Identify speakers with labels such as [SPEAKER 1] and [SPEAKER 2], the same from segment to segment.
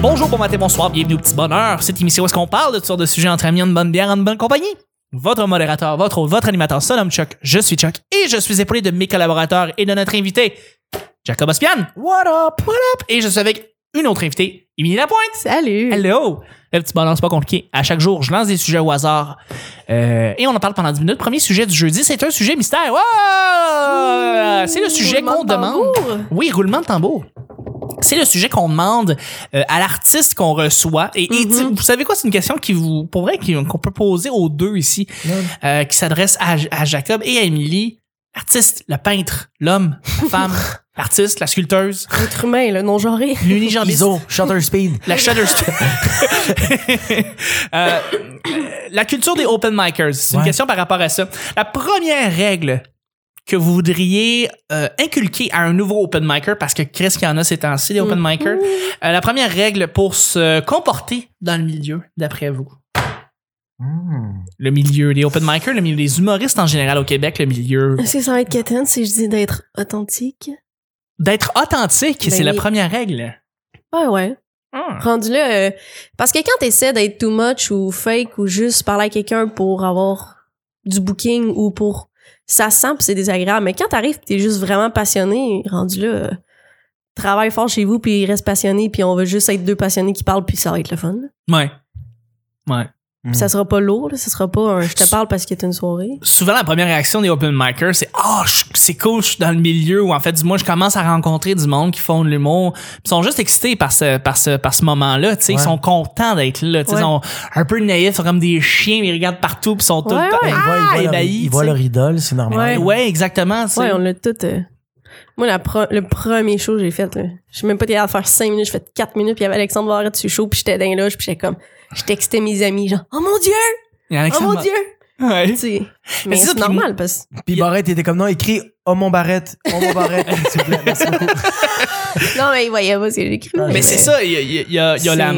[SPEAKER 1] Bonjour, bon matin, bonsoir, bienvenue au Petit Bonheur. Cette émission où est-ce qu'on parle de toutes sortes de sujets entre amis, en bonne bière, en bonne compagnie. Votre modérateur, votre hôte, votre animateur, son homme Chuck, je suis Chuck et je suis épaulé de mes collaborateurs et de notre invité, Jacob Ospian. What up? What up? Et je suis avec une autre invitée, Émilie Lapointe.
[SPEAKER 2] Salut!
[SPEAKER 1] Hello! Le petit bonheur, c'est pas compliqué. À chaque jour, je lance des sujets au hasard euh, et on en parle pendant 10 minutes. Premier sujet du jeudi, c'est un sujet mystère. Wow! C'est le sujet
[SPEAKER 2] roulement
[SPEAKER 1] qu'on
[SPEAKER 2] de
[SPEAKER 1] demande.
[SPEAKER 2] tambour.
[SPEAKER 1] Oui, roulement de tambour. C'est le sujet qu'on demande euh, à l'artiste qu'on reçoit. Et, et
[SPEAKER 2] Mm-hmm.
[SPEAKER 1] tu- vous savez quoi? C'est une question qui vous, pour vrai, qui- qu'on peut poser aux deux ici, euh, qui s'adresse à, à Jacob et à Émilie. Artiste, le peintre, l'homme, la femme, l'artiste, la sculpteuse,
[SPEAKER 2] L'être humain, le non-genré.
[SPEAKER 1] l'unijambiste.
[SPEAKER 3] ISO, shutter speed.
[SPEAKER 1] La shutter speed. Euh, la culture des open micers, c'est une
[SPEAKER 3] Ouais.
[SPEAKER 1] question par rapport à ça. La première règle que vous voudriez euh, inculquer à un nouveau open micer, parce que Chris, qu'il y en a ces temps-ci, des
[SPEAKER 2] Mm-hmm.
[SPEAKER 1] open micers, euh, la première règle pour se comporter dans le milieu, d'après vous?
[SPEAKER 3] Hmm.
[SPEAKER 1] Le milieu des open micers, le milieu des humoristes en général au Québec, le milieu
[SPEAKER 2] Est-ce que ça va être quétaine si je dis d'être authentique?
[SPEAKER 1] d'être authentique,
[SPEAKER 2] Ben
[SPEAKER 1] c'est la
[SPEAKER 2] oui.
[SPEAKER 1] première règle.
[SPEAKER 2] Ouais, ouais.
[SPEAKER 1] Ah.
[SPEAKER 2] Rendu là. euh, parce que quand t'essaies d'être too much ou fake ou juste parler à quelqu'un pour avoir du booking ou pour. Ça se sent pis c'est désagréable. Mais quand t'arrives pis t'es juste vraiment passionné, rendu là. euh, travaille fort chez vous puis reste passionné puis on va juste être deux passionnés qui parlent puis ça va être le fun. là.
[SPEAKER 1] Ouais. Ouais.
[SPEAKER 2] Puis Ça sera pas lourd, là, ça sera pas un je te parle parce que t'es une soirée.
[SPEAKER 1] souvent la première réaction des open micers, c'est ah je- c'est cool, je suis dans le milieu où en fait moi je commence à rencontrer du monde qui font de l'humour, Puis ils sont juste excités par ce par ce par ce moment-là, tu sais, ils
[SPEAKER 3] Ouais.
[SPEAKER 1] sont contents d'être là, tu sais,
[SPEAKER 2] Ouais.
[SPEAKER 1] ils sont un peu naïfs comme des chiens, ils regardent partout, puis ils sont tout
[SPEAKER 2] Ouais,
[SPEAKER 1] le temps
[SPEAKER 2] ouais.
[SPEAKER 3] Ils voient,
[SPEAKER 1] ah,
[SPEAKER 3] ils voient leur,
[SPEAKER 1] ébahis,
[SPEAKER 3] ils voient
[SPEAKER 1] tu sais.
[SPEAKER 3] leur idole, c'est normal.
[SPEAKER 1] Ouais, ouais, exactement, tu sais.
[SPEAKER 2] Ouais, on l'a tout. euh, Moi, la pro- le premier show que j'ai fait, là, je suis même pas capable de faire 5 minutes, je fais 4 minutes, puis il y avait Alexandre Barrette dessus chaud, puis j'étais dans là, puis j'étais comme, je textais mes amis, genre, oh mon Dieu,
[SPEAKER 1] Il y en a qui
[SPEAKER 2] oh mon
[SPEAKER 1] sont-
[SPEAKER 2] Dieu!
[SPEAKER 1] Ouais.
[SPEAKER 2] Tu sais, mais
[SPEAKER 1] c'est ça,
[SPEAKER 2] c'est
[SPEAKER 1] puis
[SPEAKER 2] normal, parce
[SPEAKER 3] Puis Barrette était comme non, écrit Oh mon Barrette, Oh mon Barrette, s'il vous plaît. Merci beaucoup.
[SPEAKER 2] que. Non, mais il voyait pas ce que j'écrivais.
[SPEAKER 3] Ouais,
[SPEAKER 1] Ah, Mais c'est ça, il y a, il y a- il y a- il y a la...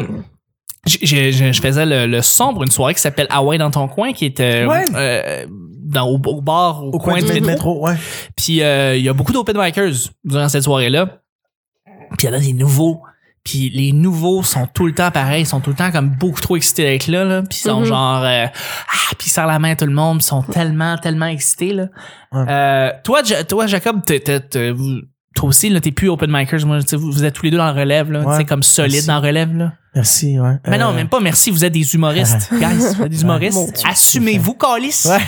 [SPEAKER 1] J'ai- j'ai- Je, je faisais le, le son pour une soirée qui s'appelle Hawaii dans ton coin, qui était
[SPEAKER 3] Ouais.
[SPEAKER 1] euh, dans, au, au bar, au,
[SPEAKER 3] Au coin du
[SPEAKER 1] métro.
[SPEAKER 3] métro, ouais.
[SPEAKER 1] Puis euh, il y a beaucoup d'open micers durant cette soirée-là. Puis il y en a des nouveaux. Puis les nouveaux sont tout le temps pareils, sont tout le temps comme beaucoup trop excités d'être là, là. Puis ils sont
[SPEAKER 2] Mhm.
[SPEAKER 1] genre euh, ah, puis ils serrent la main à tout le monde, puis ils sont tellement tellement excités là.
[SPEAKER 3] Ouais.
[SPEAKER 1] Euh, toi, Ja- toi Jacob, t'es- t'es- t'es- vous- toi aussi là, t'es plus open micers. Moi, tu sais, vous, vous êtes tous les deux dans le relève là,
[SPEAKER 3] Ouais.
[SPEAKER 1] tu sais comme solide
[SPEAKER 3] Merci.
[SPEAKER 1] dans le relève là.
[SPEAKER 3] Merci, ouais.
[SPEAKER 1] Mais non,
[SPEAKER 3] Euh,
[SPEAKER 1] même pas merci, vous êtes des humoristes, guys, vous êtes des
[SPEAKER 2] Mon
[SPEAKER 1] humoristes.
[SPEAKER 2] Dieu.
[SPEAKER 1] Assumez-vous, Calis. Euh,
[SPEAKER 3] Ouais.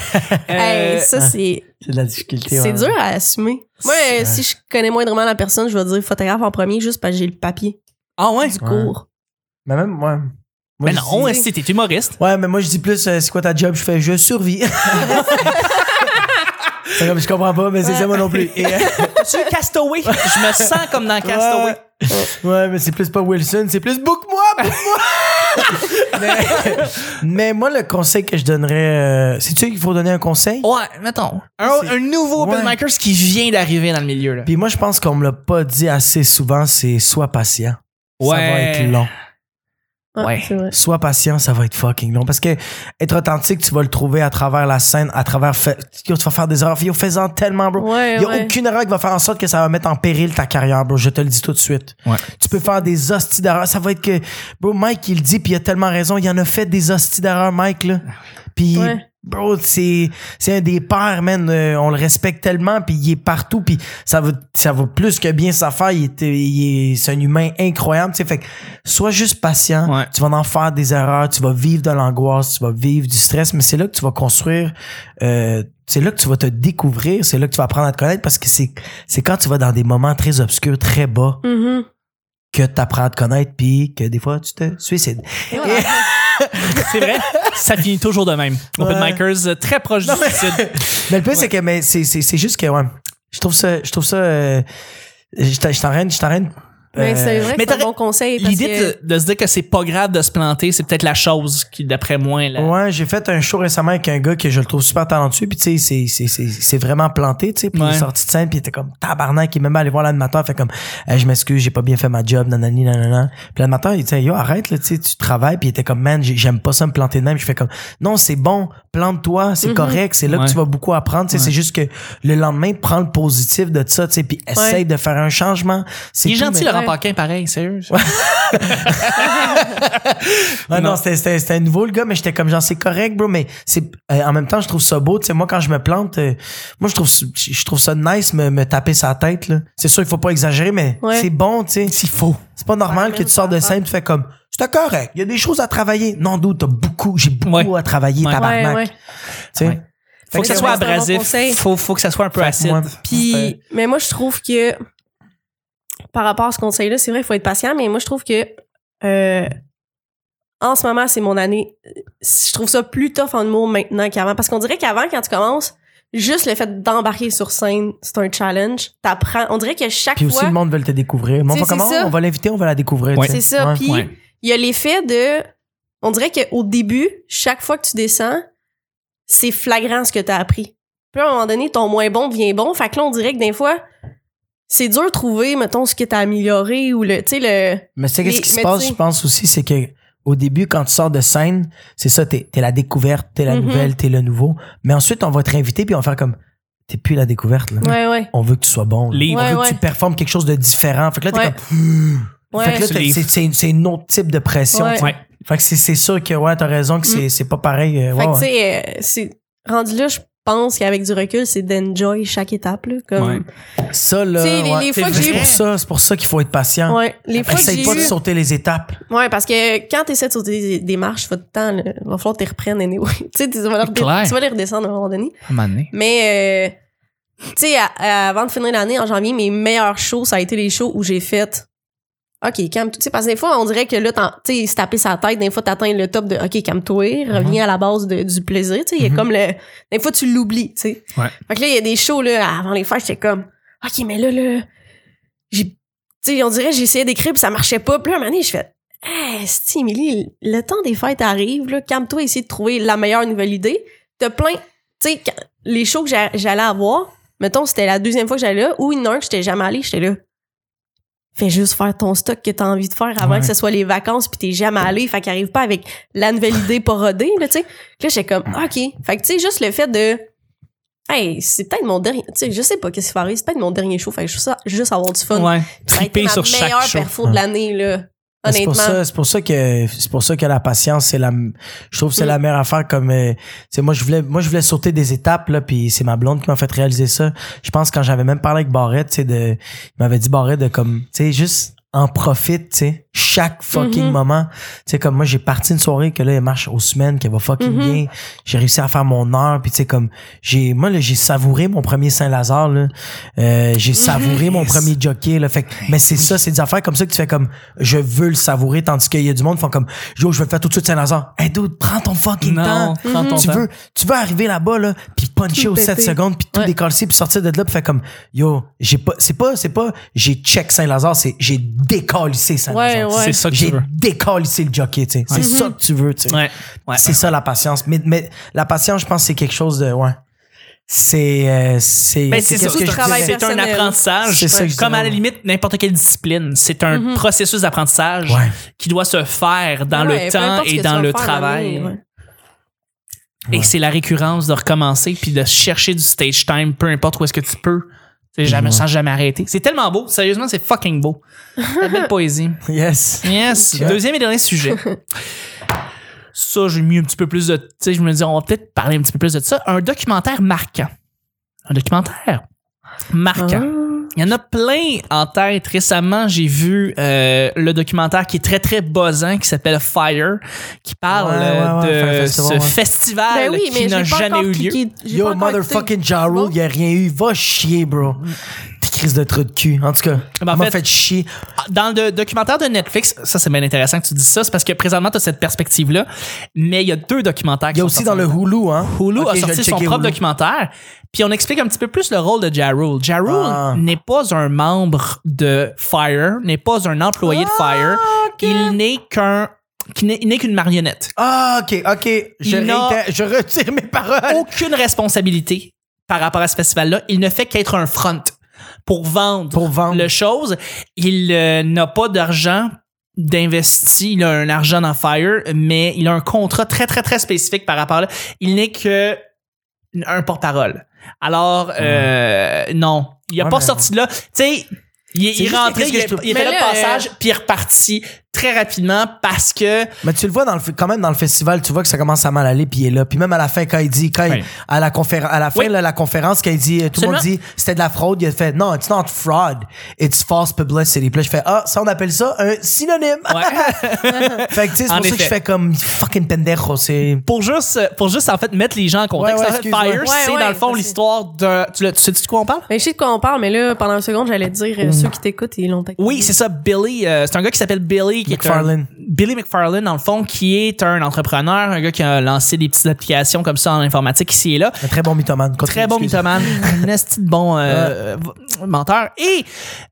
[SPEAKER 2] Hey, ça,
[SPEAKER 1] ah,
[SPEAKER 2] c'est,
[SPEAKER 3] C'est de la difficulté.
[SPEAKER 2] c'est
[SPEAKER 3] ouais.
[SPEAKER 2] dur à assumer. Moi, euh,
[SPEAKER 3] Ouais.
[SPEAKER 2] si je connais moindrement la personne, je vais dire photographe en premier, juste parce que j'ai le papier
[SPEAKER 1] Ah ouais.
[SPEAKER 2] du
[SPEAKER 3] Ouais.
[SPEAKER 2] cours.
[SPEAKER 3] Mais même, ouais. Moi,
[SPEAKER 1] Mais
[SPEAKER 3] je
[SPEAKER 1] non,
[SPEAKER 3] dis-
[SPEAKER 1] est-ce que t'es humoriste?
[SPEAKER 3] Ouais, mais moi, je dis plus, euh, c'est quoi ta job? Je fais, je survis. C'est comme, je comprends pas, mais c'est ça, moi non plus. Et, euh,
[SPEAKER 1] Tu veux Castaway? Je me sens comme dans Castaway.
[SPEAKER 3] Ouais. Ouais, mais c'est plus pas Wilson, c'est plus book-moi, book-moi! mais, mais moi, le conseil que je donnerais, euh, c'est-tu qu'il faut donner un conseil?
[SPEAKER 1] Ouais, mettons. Un,
[SPEAKER 3] C'est-
[SPEAKER 1] un nouveau open
[SPEAKER 3] Ouais.
[SPEAKER 1] micers qui vient d'arriver dans le milieu. Là.
[SPEAKER 3] Puis moi, je pense qu'on me l'a pas dit assez souvent, c'est sois patient. Ça va
[SPEAKER 1] Ouais.
[SPEAKER 3] être long.
[SPEAKER 1] Ouais.
[SPEAKER 2] Ah, c'est vrai.
[SPEAKER 3] Sois patient, ça va être fucking long. Parce que être authentique, tu vas le trouver à travers la scène, à travers. fa- Yo, tu vas faire des erreurs. Yo, fais-en tellement, bro.
[SPEAKER 2] Ouais,
[SPEAKER 3] Il y a
[SPEAKER 2] ouais.
[SPEAKER 3] aucune erreur qui va faire en sorte que ça va mettre en péril ta carrière, bro. Je te le dis tout de suite.
[SPEAKER 1] Ouais.
[SPEAKER 3] Tu peux faire des hosties d'erreurs. Ça va être que, bro, Mike, il le dit, puis il a tellement raison. Il en a fait des hosties d'erreurs, Mike, là. Puis,
[SPEAKER 2] Ah Ouais.
[SPEAKER 3] bro, c'est, c'est un des pères, man. Euh, on le respecte tellement, puis il est partout, puis ça va, ça va plus que bien sa faire. Il est, il est- c'est un humain incroyable, tu sais. Fait que, sois juste patient.
[SPEAKER 1] Ouais.
[SPEAKER 3] Tu vas en faire des erreurs, tu vas vivre de l'angoisse, tu vas vivre du stress, mais c'est là que tu vas construire, euh, c'est là que tu vas te découvrir, c'est là que tu vas apprendre à te connaître parce que c'est, c'est quand tu vas dans des moments très obscurs, très bas,
[SPEAKER 2] Mhm.
[SPEAKER 3] que tu apprends à te connaître puis que des fois tu te suicides.
[SPEAKER 1] Eh, C'est vrai, ça finit toujours de même. Open
[SPEAKER 3] Ouais.
[SPEAKER 1] micers euh, très proche du suicide.
[SPEAKER 3] Mais le plus c'est que mais c'est, c'est, c'est juste que ouais, je trouve ça je trouve ça euh, je t'en- je t'en rends- je t'en rends,
[SPEAKER 2] Mais
[SPEAKER 3] euh,
[SPEAKER 2] c'est vrai
[SPEAKER 1] mais
[SPEAKER 2] que c'est un
[SPEAKER 1] t'aurais-
[SPEAKER 2] bon conseil. parce
[SPEAKER 1] L'idée
[SPEAKER 2] que-
[SPEAKER 1] de, de se dire que c'est pas grave de se planter, c'est peut-être la chose qui, d'après moi, là.
[SPEAKER 3] Ouais, j'ai fait un show récemment avec un gars que je le trouve super talentueux, puis tu sais, c'est, c'est, c'est, c'est vraiment planté, tu sais, puis il
[SPEAKER 1] Ouais.
[SPEAKER 3] est sorti de scène, puis il était comme tabarnak, il est même allé voir l'animateur, fait comme, Eh, je m'excuse, j'ai pas bien fait ma job, nanani, nanana. Puis l'animateur, il dit, yo, arrête, là, tu sais, tu travailles, puis il était comme, man, j'ai- j'aime pas ça me planter de même, je fais comme, non, c'est bon, plante-toi, c'est correct, c'est là
[SPEAKER 1] Mhm. Ouais.
[SPEAKER 3] que tu vas beaucoup apprendre, tu sais, c'est juste que le lendemain, prends le positif de ça, tu sais, puis essaye de faire un changement. C'est
[SPEAKER 1] Il est
[SPEAKER 3] tout,
[SPEAKER 1] gentil,
[SPEAKER 3] mais-
[SPEAKER 1] Laurent Laurent
[SPEAKER 2] Ouais.
[SPEAKER 1] Paquin, pareil, sérieux. ça.
[SPEAKER 3] Ouais, Ah non,
[SPEAKER 1] Non.
[SPEAKER 3] c'était- c'était c'était nouveau le gars, mais j'étais comme genre c'est correct, bro, mais c'est euh, en même temps je trouve ça beau, tu sais moi quand je me plante, euh, moi je trouve ça- je trouve ça nice me, me taper sa tête là. C'est sûr il faut pas exagérer mais
[SPEAKER 2] Ouais.
[SPEAKER 3] c'est bon, tu sais.
[SPEAKER 1] C'est faux.
[SPEAKER 3] C'est pas normal
[SPEAKER 2] Ouais,
[SPEAKER 3] que tu sors de
[SPEAKER 2] même,
[SPEAKER 3] scène tu fais comme c'était correct, il y a des choses à travailler. Non, d'où t'as beaucoup, j'ai beaucoup
[SPEAKER 1] Ouais.
[SPEAKER 3] à travailler
[SPEAKER 1] Ouais.
[SPEAKER 3] tabarnak.
[SPEAKER 2] ouais.
[SPEAKER 3] Tu sais.
[SPEAKER 1] Ouais. Faut que ça
[SPEAKER 2] que
[SPEAKER 1] soit
[SPEAKER 2] c'est un bon
[SPEAKER 1] abrasif.
[SPEAKER 2] conseil.
[SPEAKER 1] faut, faut que ça soit un peu
[SPEAKER 3] Fait que
[SPEAKER 1] acide.
[SPEAKER 3] moi- Ouais.
[SPEAKER 2] Puis, mais moi, je trouve que par rapport à ce conseil-là, c'est vrai, il faut être patient, mais moi, je trouve que euh, en ce moment, c'est mon année. Je trouve ça plus tough en humour maintenant qu'avant. Parce qu'on dirait qu'avant, quand tu commences, juste le fait d'embarquer sur scène, c'est un challenge. T'apprends. On dirait que chaque
[SPEAKER 3] Puis aussi
[SPEAKER 2] fois.
[SPEAKER 3] le monde veut te découvrir. Le monde
[SPEAKER 2] Tu
[SPEAKER 3] va
[SPEAKER 2] sais,
[SPEAKER 3] comment
[SPEAKER 2] c'est ça.
[SPEAKER 3] on va l'inviter, on va la découvrir.
[SPEAKER 1] Ouais.
[SPEAKER 3] tu sais.
[SPEAKER 2] C'est ça.
[SPEAKER 3] Ouais.
[SPEAKER 2] Puis
[SPEAKER 1] Ouais.
[SPEAKER 2] il y a l'effet de. On dirait qu'au début, chaque fois que tu descends, c'est flagrant ce que tu as appris. Puis là, à un moment donné, ton moins bon devient bon. Fait que là, on dirait que des fois, c'est dur de trouver, mettons, ce que t'as amélioré ou le. Tu sais, le.
[SPEAKER 3] Mais c'est
[SPEAKER 2] Mais-
[SPEAKER 3] qu'est-ce qui se
[SPEAKER 2] mais
[SPEAKER 3] passe,
[SPEAKER 2] tu sais-
[SPEAKER 3] je pense aussi, c'est que au début, quand tu sors de scène, c'est ça, t'es es la découverte, t'es la
[SPEAKER 2] Mhm.
[SPEAKER 3] nouvelle, t'es le nouveau. Mais ensuite, on va te réinviter puis on va faire comme t'es plus la découverte. Là.
[SPEAKER 2] Ouais, ouais.
[SPEAKER 3] On veut que tu sois bon. là.
[SPEAKER 1] Livre.
[SPEAKER 3] On veut
[SPEAKER 2] Ouais,
[SPEAKER 3] que tu performes quelque chose de différent. Fait que là, t'es
[SPEAKER 2] Ouais.
[SPEAKER 3] comme.
[SPEAKER 2] Ouais.
[SPEAKER 3] Fait que là,
[SPEAKER 1] Ce
[SPEAKER 3] t'as-
[SPEAKER 1] livre.
[SPEAKER 3] c'est- c'est c'est un autre type de pression.
[SPEAKER 2] Ouais. Mm.
[SPEAKER 3] tu sais.
[SPEAKER 1] Ouais.
[SPEAKER 3] Fait que c'est- c'est sûr que ouais, t'as raison que c'est c'est pas pareil. euh,
[SPEAKER 2] Fait
[SPEAKER 3] ouais,
[SPEAKER 2] que, tu
[SPEAKER 3] ouais.
[SPEAKER 2] sais, euh, c'est. Rendu là, je pense qu'avec du recul, c'est d'enjoy chaque étape, là. Comme.
[SPEAKER 3] Ça, là.
[SPEAKER 2] Tu sais, les-
[SPEAKER 3] ouais.
[SPEAKER 2] les fois que
[SPEAKER 3] C'est
[SPEAKER 2] j'ai
[SPEAKER 3] pour
[SPEAKER 2] eu-
[SPEAKER 3] ça- C'est pour ça qu'il faut être patient.
[SPEAKER 2] Ouais. Les fois que
[SPEAKER 3] Essaye
[SPEAKER 2] j'ai
[SPEAKER 3] pas de
[SPEAKER 2] eu-
[SPEAKER 3] sauter les étapes.
[SPEAKER 2] Ouais, parce que quand t'essaies de sauter des, des marches, faut le temps, là, va falloir que tu reprennes, anyway. tu sais, tu vas leur- tu
[SPEAKER 1] Clair.
[SPEAKER 2] vas les redescendre à un moment donné.
[SPEAKER 1] À un moment donné.
[SPEAKER 2] Mais, euh, tu sais, à- à- avant de finir l'année, en janvier, mes meilleurs shows, ça a été les shows où j'ai fait. OK, calme-toi. Tu sais, parce que des fois, on dirait que là, t'en- tu sais, se taper sa tête, des fois, t'atteins le top de OK, calme-toi,
[SPEAKER 1] Uh-huh.
[SPEAKER 2] reviens à la base de- du plaisir. Tu sais, il y a
[SPEAKER 3] Mhm.
[SPEAKER 2] comme le. Des fois, tu l'oublies, tu sais.
[SPEAKER 1] Ouais.
[SPEAKER 2] Fait que là, il y a des shows, là, avant les faire, j'étais comme OK, mais là, là, j'ai. Tu sais, on dirait, j'ai essayé d'écrire, puis ça marchait pas. Puis là, à un moment donné, je fais. Hey, Sti, Émilie, le temps des fêtes arrive, là, calme-toi, essayer de trouver la meilleure nouvelle idée. T'as plein. Tu sais, quand- les shows que j'a- j'allais avoir, mettons, c'était la deuxième fois que j'allais là, ou une heure que j'étais jamais allée, j'étais là. Fais juste faire ton stock que t'as envie de faire avant
[SPEAKER 3] Ouais.
[SPEAKER 2] que ce soit les vacances, puis t'es jamais allé, fait qu'arrive pas avec la nouvelle idée pas rodée, là, tu sais. Là, j'étais comme, OK. Fait que, tu sais, juste le fait de. Hey, c'est peut-être mon dernier. Tu sais, je sais pas qu'est-ce qui va arriver, c'est peut-être mon dernier show, fait que je trouve ça juste avoir du fun.
[SPEAKER 1] Ouais.
[SPEAKER 2] Ça a été
[SPEAKER 1] Triper
[SPEAKER 2] ma
[SPEAKER 1] sur chaque
[SPEAKER 2] meilleure
[SPEAKER 1] show. Ah.
[SPEAKER 2] perfo de l'année, là.
[SPEAKER 3] Mais Ah, C'est
[SPEAKER 2] Honnêtement.
[SPEAKER 3] pour ça, c'est pour ça que c'est pour ça que la patience c'est la m- je trouve que c'est
[SPEAKER 2] Mm.
[SPEAKER 3] la meilleure affaire comme euh, c'est moi je voulais moi je voulais sauter des étapes là puis c'est ma blonde qui m'a fait réaliser ça. Je pense quand j'avais même parlé avec Barrette, tu sais de il m'avait dit Barrette de comme tu sais juste en profite, tu sais, chaque fucking
[SPEAKER 2] Mhm.
[SPEAKER 3] moment. Tu sais comme moi j'ai parti une soirée que là elle marche aux semaines qu'elle va fucking
[SPEAKER 2] Mhm.
[SPEAKER 3] bien. J'ai réussi à faire mon heure puis tu sais comme j'ai moi là j'ai savouré mon premier Saint-Lazare là. Euh,
[SPEAKER 2] Mm-hmm.
[SPEAKER 3] j'ai savouré mon premier jockey là fait que-
[SPEAKER 2] Ben
[SPEAKER 3] mais c'est ça c'est des affaires comme ça que tu fais comme je veux le savourer tandis qu'il y a du monde qui font comme yo je vais le faire tout de suite Saint-Lazare hey dude prends ton fucking temps
[SPEAKER 1] Non, prends ton
[SPEAKER 3] tu
[SPEAKER 1] temps.
[SPEAKER 3] veux tu veux arriver là-bas là puis puncher
[SPEAKER 2] Tout
[SPEAKER 3] aux 7
[SPEAKER 2] péter.
[SPEAKER 3] secondes puis tout
[SPEAKER 2] Ouais.
[SPEAKER 3] décalcer puis sortir de là puis faire comme yo j'ai pas c'est pas c'est pas j'ai check Saint-Lazare c'est j'ai décalissé Saint-Lazare
[SPEAKER 2] Ouais. Mm-hmm.
[SPEAKER 1] C'est ça que tu
[SPEAKER 3] j'ai
[SPEAKER 1] veux.
[SPEAKER 3] décalissé le jockey tu sais c'est ça que tu veux tu sais
[SPEAKER 1] Ouais. Ouais.
[SPEAKER 3] c'est ça la patience. Mais, mais la patience, je pense, que c'est quelque chose de. Ouais. C'est. euh, c'est
[SPEAKER 1] Ben, c'est
[SPEAKER 3] c'est
[SPEAKER 1] ça,
[SPEAKER 3] qu'est-ce que
[SPEAKER 1] c'est
[SPEAKER 3] je
[SPEAKER 1] un
[SPEAKER 2] travail
[SPEAKER 3] dirais.
[SPEAKER 1] c'est un
[SPEAKER 2] personnel.
[SPEAKER 1] apprentissage.
[SPEAKER 3] C'est ça,
[SPEAKER 1] comme à
[SPEAKER 3] justement.
[SPEAKER 1] la limite, n'importe quelle discipline. C'est un
[SPEAKER 2] Mhm.
[SPEAKER 1] processus d'apprentissage
[SPEAKER 3] Ouais.
[SPEAKER 1] qui doit se faire dans le
[SPEAKER 2] Ouais, peu
[SPEAKER 1] temps
[SPEAKER 2] importe ce que
[SPEAKER 1] et
[SPEAKER 2] tu
[SPEAKER 1] dans
[SPEAKER 2] vas
[SPEAKER 1] le
[SPEAKER 2] faire
[SPEAKER 1] travail. Ah,
[SPEAKER 2] l'année, ouais.
[SPEAKER 1] Et c'est la récurrence de recommencer puis de chercher du stage time, peu importe où est-ce que tu peux. C'est jamais,
[SPEAKER 3] Ouais.
[SPEAKER 1] sans jamais arrêter. C'est tellement beau. Sérieusement, c'est fucking beau. La belle poésie.
[SPEAKER 3] Yes.
[SPEAKER 1] Yes.
[SPEAKER 3] Ok.
[SPEAKER 1] Deuxième et dernier sujet. Ça, j'ai mis un petit peu plus de. Tu sais, je me dis, on va peut-être parler un petit peu plus de ça. Un documentaire marquant. Un documentaire
[SPEAKER 2] Ah
[SPEAKER 1] marquant. Il y en a plein en tête. Récemment, j'ai vu euh, le documentaire qui est très, très buzzant, qui s'appelle Fire, qui parle
[SPEAKER 3] Ouais, ouais, ouais,
[SPEAKER 1] euh, de
[SPEAKER 3] Fire Festival,
[SPEAKER 1] ce
[SPEAKER 3] ouais.
[SPEAKER 1] festival
[SPEAKER 2] Ben oui,
[SPEAKER 1] qui
[SPEAKER 2] mais j'ai
[SPEAKER 1] Ah, n'a
[SPEAKER 2] pas
[SPEAKER 1] jamais
[SPEAKER 2] encore
[SPEAKER 1] eu lieu.
[SPEAKER 2] cliqué- j'ai pas
[SPEAKER 3] Yo,
[SPEAKER 2] encore écouté.
[SPEAKER 3] motherfucking Ja Rule, il a rien eu. Va chier, bro. T'es crise de trou de cul. En tout cas,
[SPEAKER 1] Mm. Ben, en
[SPEAKER 3] elle m'a
[SPEAKER 1] fait-
[SPEAKER 3] fait chier.
[SPEAKER 1] Dans le documentaire de Netflix, ça c'est bien intéressant que tu dis ça, c'est parce que présentement, tu as cette perspective-là, mais il y a deux documentaires
[SPEAKER 3] Il
[SPEAKER 1] qui
[SPEAKER 3] y a
[SPEAKER 1] sont
[SPEAKER 3] aussi
[SPEAKER 1] sortis
[SPEAKER 3] dans le Hulu, hein.
[SPEAKER 1] Hulu
[SPEAKER 3] Ok, je
[SPEAKER 1] a
[SPEAKER 3] vais
[SPEAKER 1] sorti
[SPEAKER 3] le
[SPEAKER 1] son
[SPEAKER 3] checker,
[SPEAKER 1] propre
[SPEAKER 3] Hulu.
[SPEAKER 1] documentaire. Puis on explique un petit peu plus le rôle de Ja Rule. Ja Rule
[SPEAKER 3] Ah.
[SPEAKER 1] n'est pas un membre de Fire, n'est pas un employé de
[SPEAKER 3] Ah,
[SPEAKER 1] Fire. Il n'est qu'un qu'il n'est- il n'est qu'une marionnette.
[SPEAKER 3] Ah, ok, ok. Je,
[SPEAKER 1] Il n'a-
[SPEAKER 3] réitère- je retire mes paroles.
[SPEAKER 1] Aucune responsabilité par rapport à ce festival-là. Il ne fait qu'être un front pour vendre,
[SPEAKER 3] Pour vendre.
[SPEAKER 1] le chose. Il euh, n'a pas d'argent d'investi. Il a un argent dans Fire, mais il a un contrat très, très, très spécifique par rapport à là. Il n'est que un porte-parole. Alors, euh, non. Il n'a
[SPEAKER 3] Hmm. Ouais,
[SPEAKER 1] pas
[SPEAKER 3] mais-
[SPEAKER 1] sorti de là. Tu sais, Il, est-
[SPEAKER 3] C'est
[SPEAKER 1] il
[SPEAKER 3] juste
[SPEAKER 1] rentrait,
[SPEAKER 3] qu'est-ce
[SPEAKER 1] il,
[SPEAKER 3] que je peux-
[SPEAKER 1] il était
[SPEAKER 2] Mais
[SPEAKER 1] là de
[SPEAKER 2] là, euh,
[SPEAKER 1] passage, puis il est reparti très rapidement parce que
[SPEAKER 3] Mais tu le vois dans le, f- quand même dans le festival, tu vois que ça commence à mal aller, puis il est là. Puis même à la fin, quand il dit, quand il-
[SPEAKER 1] Oui.
[SPEAKER 3] à la conférence, à la fin,
[SPEAKER 1] Oui.
[SPEAKER 3] là, la conférence, quand il dit, euh, tout le monde dit,
[SPEAKER 1] Absolument.
[SPEAKER 3] c'était de la fraude, il a fait, non, it's not fraud, it's false publicity. Puis là, je fais, ah, ça, on appelle ça un synonyme. fait que, tu sais, c'est pour
[SPEAKER 1] Euh, En
[SPEAKER 3] ça que
[SPEAKER 1] effet.
[SPEAKER 3] je fais comme fucking pendejo, c'est.
[SPEAKER 1] pour juste pour juste en fait mettre les gens en contexte,
[SPEAKER 3] Ouais, ouais,
[SPEAKER 1] en fait,
[SPEAKER 3] excuse-moi.
[SPEAKER 1] Fire,
[SPEAKER 3] Ouais,
[SPEAKER 1] c'est
[SPEAKER 2] ouais,
[SPEAKER 1] dans le fond
[SPEAKER 2] parce-
[SPEAKER 1] l'histoire de tu, l'as- tu sais de quoi on parle
[SPEAKER 2] Mais je sais de quoi on parle, mais là, pendant une seconde, j'allais dire euh, ceux qui t'écoutent, ils l'ont activé.
[SPEAKER 1] Mm. Oui, c'est ça. Billy, euh, c'est un gars qui s'appelle Billy. Qui
[SPEAKER 3] McFarlane.
[SPEAKER 1] Est un, Billy McFarlane, dans le fond, qui est un entrepreneur, un gars qui a lancé des petites applications comme ça en informatique ici et là.
[SPEAKER 3] Un très bon mythomane. Continue,
[SPEAKER 1] Très bon
[SPEAKER 3] excuse.
[SPEAKER 1] mythomane, un esti de bon euh, v- menteur. Et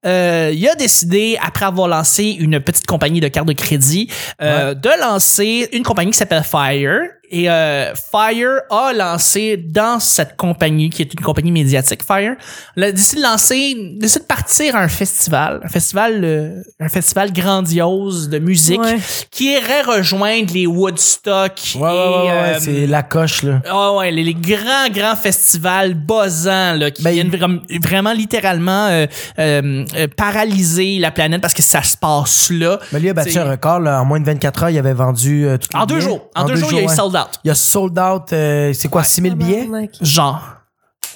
[SPEAKER 1] euh, il a décidé, après avoir lancé une petite compagnie de cartes de crédit, euh, de lancer une compagnie qui s'appelle Fire. Et euh, Fire a lancé dans cette compagnie, qui est une compagnie médiatique, Fire, a décidé de lancer, décidé de partir à un festival, un festival, euh, un festival grandiose de musique,
[SPEAKER 2] Ouais.
[SPEAKER 1] qui irait rejoindre les Woodstock
[SPEAKER 3] Ouais, ouais,
[SPEAKER 1] et,
[SPEAKER 3] ouais, ouais,
[SPEAKER 1] euh,
[SPEAKER 3] c'est la coche, là.
[SPEAKER 1] ah ouais, les, les grands, grands festivals buzzants là, qui
[SPEAKER 3] Ben,
[SPEAKER 1] viennent vra- vraiment littéralement euh, euh, euh, paralyser la planète parce que ça se passe là.
[SPEAKER 3] Mais lui a battu
[SPEAKER 1] C'est-
[SPEAKER 3] un record, là. En moins de 24 heures, il avait vendu euh, tous les
[SPEAKER 1] En deux
[SPEAKER 3] billets.
[SPEAKER 1] jours. En, deux, jours, il y a eu
[SPEAKER 3] ouais.
[SPEAKER 1] sold out.
[SPEAKER 3] Il a sold out, euh, c'est quoi, 6000 billets?
[SPEAKER 1] Genre.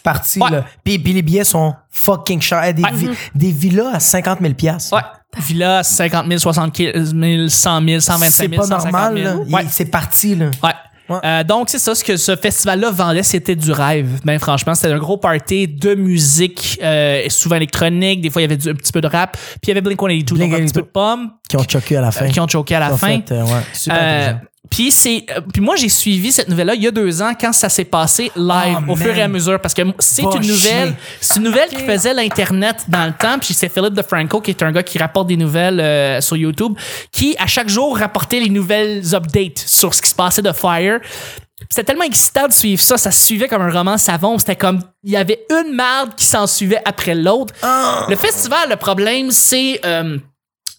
[SPEAKER 3] parti.
[SPEAKER 1] Ouais.
[SPEAKER 3] Là. Puis, puis les billets sont fucking chers. Hey, Des,
[SPEAKER 1] Ouais.
[SPEAKER 3] vi- des villas à 50 000
[SPEAKER 1] Ouais. Villa, 50 000, 75 000, 100 000, 125
[SPEAKER 3] C'est
[SPEAKER 1] 000,
[SPEAKER 3] pas
[SPEAKER 1] 150
[SPEAKER 3] normal.
[SPEAKER 1] 000.
[SPEAKER 3] là. Il-
[SPEAKER 1] Ouais.
[SPEAKER 3] C'est parti. Là.
[SPEAKER 1] Ouais.
[SPEAKER 3] Ouais.
[SPEAKER 1] Euh, donc, c'est ça, ce que ce festival-là vendait, c'était du rêve. Ben, franchement, c'était un gros party de musique, euh, souvent électronique. Des fois, il y avait du- un petit peu de rap. Puis, il y avait Blink-182, donc un petit
[SPEAKER 3] 182.
[SPEAKER 1] peu de pommes,
[SPEAKER 3] Qui ont choqué à la fin.
[SPEAKER 1] Euh, qui ont choqué à la
[SPEAKER 3] En
[SPEAKER 1] fin.
[SPEAKER 3] fait, euh, ouais. Super
[SPEAKER 1] Euh,
[SPEAKER 3] intelligent.
[SPEAKER 1] puis c'est euh, puis moi j'ai suivi cette nouvelle là il y a deux ans quand ça s'est passé live
[SPEAKER 3] Oh,
[SPEAKER 1] au fur et à
[SPEAKER 3] man.
[SPEAKER 1] mesure parce que m- c'est
[SPEAKER 3] Va
[SPEAKER 1] une nouvelle
[SPEAKER 3] chier.
[SPEAKER 1] c'est une nouvelle qui faisait l'internet dans le temps puis c'est Philippe DeFranco qui est un gars qui rapporte des nouvelles euh, sur YouTube qui à chaque jour rapportait les nouvelles updates sur ce qui se passait de Fire c'était tellement excitant de suivre ça ça se suivait comme un roman savon c'était comme il y avait une merde qui s'en suivait après l'autre le festival le problème c'est euh,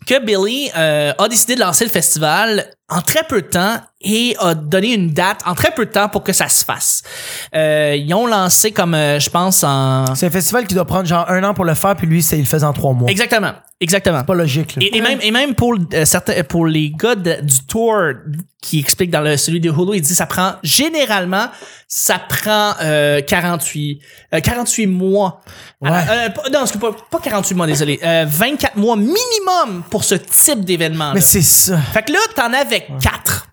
[SPEAKER 1] que Billy euh, a décidé de lancer le festival en très peu de temps et a donné une date en très peu de temps pour que ça se fasse. Euh, ils ont lancé comme euh, je pense en
[SPEAKER 3] C'est un festival qui doit prendre genre un an pour le faire, puis lui, c'est- il le faisait en trois mois. C'est
[SPEAKER 1] exactement, exactement.
[SPEAKER 3] pas logique. là.
[SPEAKER 1] Et, et même et même pour euh, certains pour les gars de- du tour qui explique dans le celui de Hulu, il dit ça prend généralement ça prend euh, 48 euh, 48 mois.
[SPEAKER 3] Ouais.
[SPEAKER 1] Alors, euh, pas- non, excuse pas, pas 48 mois, désolé. Euh, 24 mois minimum pour ce type d'événement.
[SPEAKER 3] Mais c'est ça.
[SPEAKER 1] Fait que là, t'en avais quatre.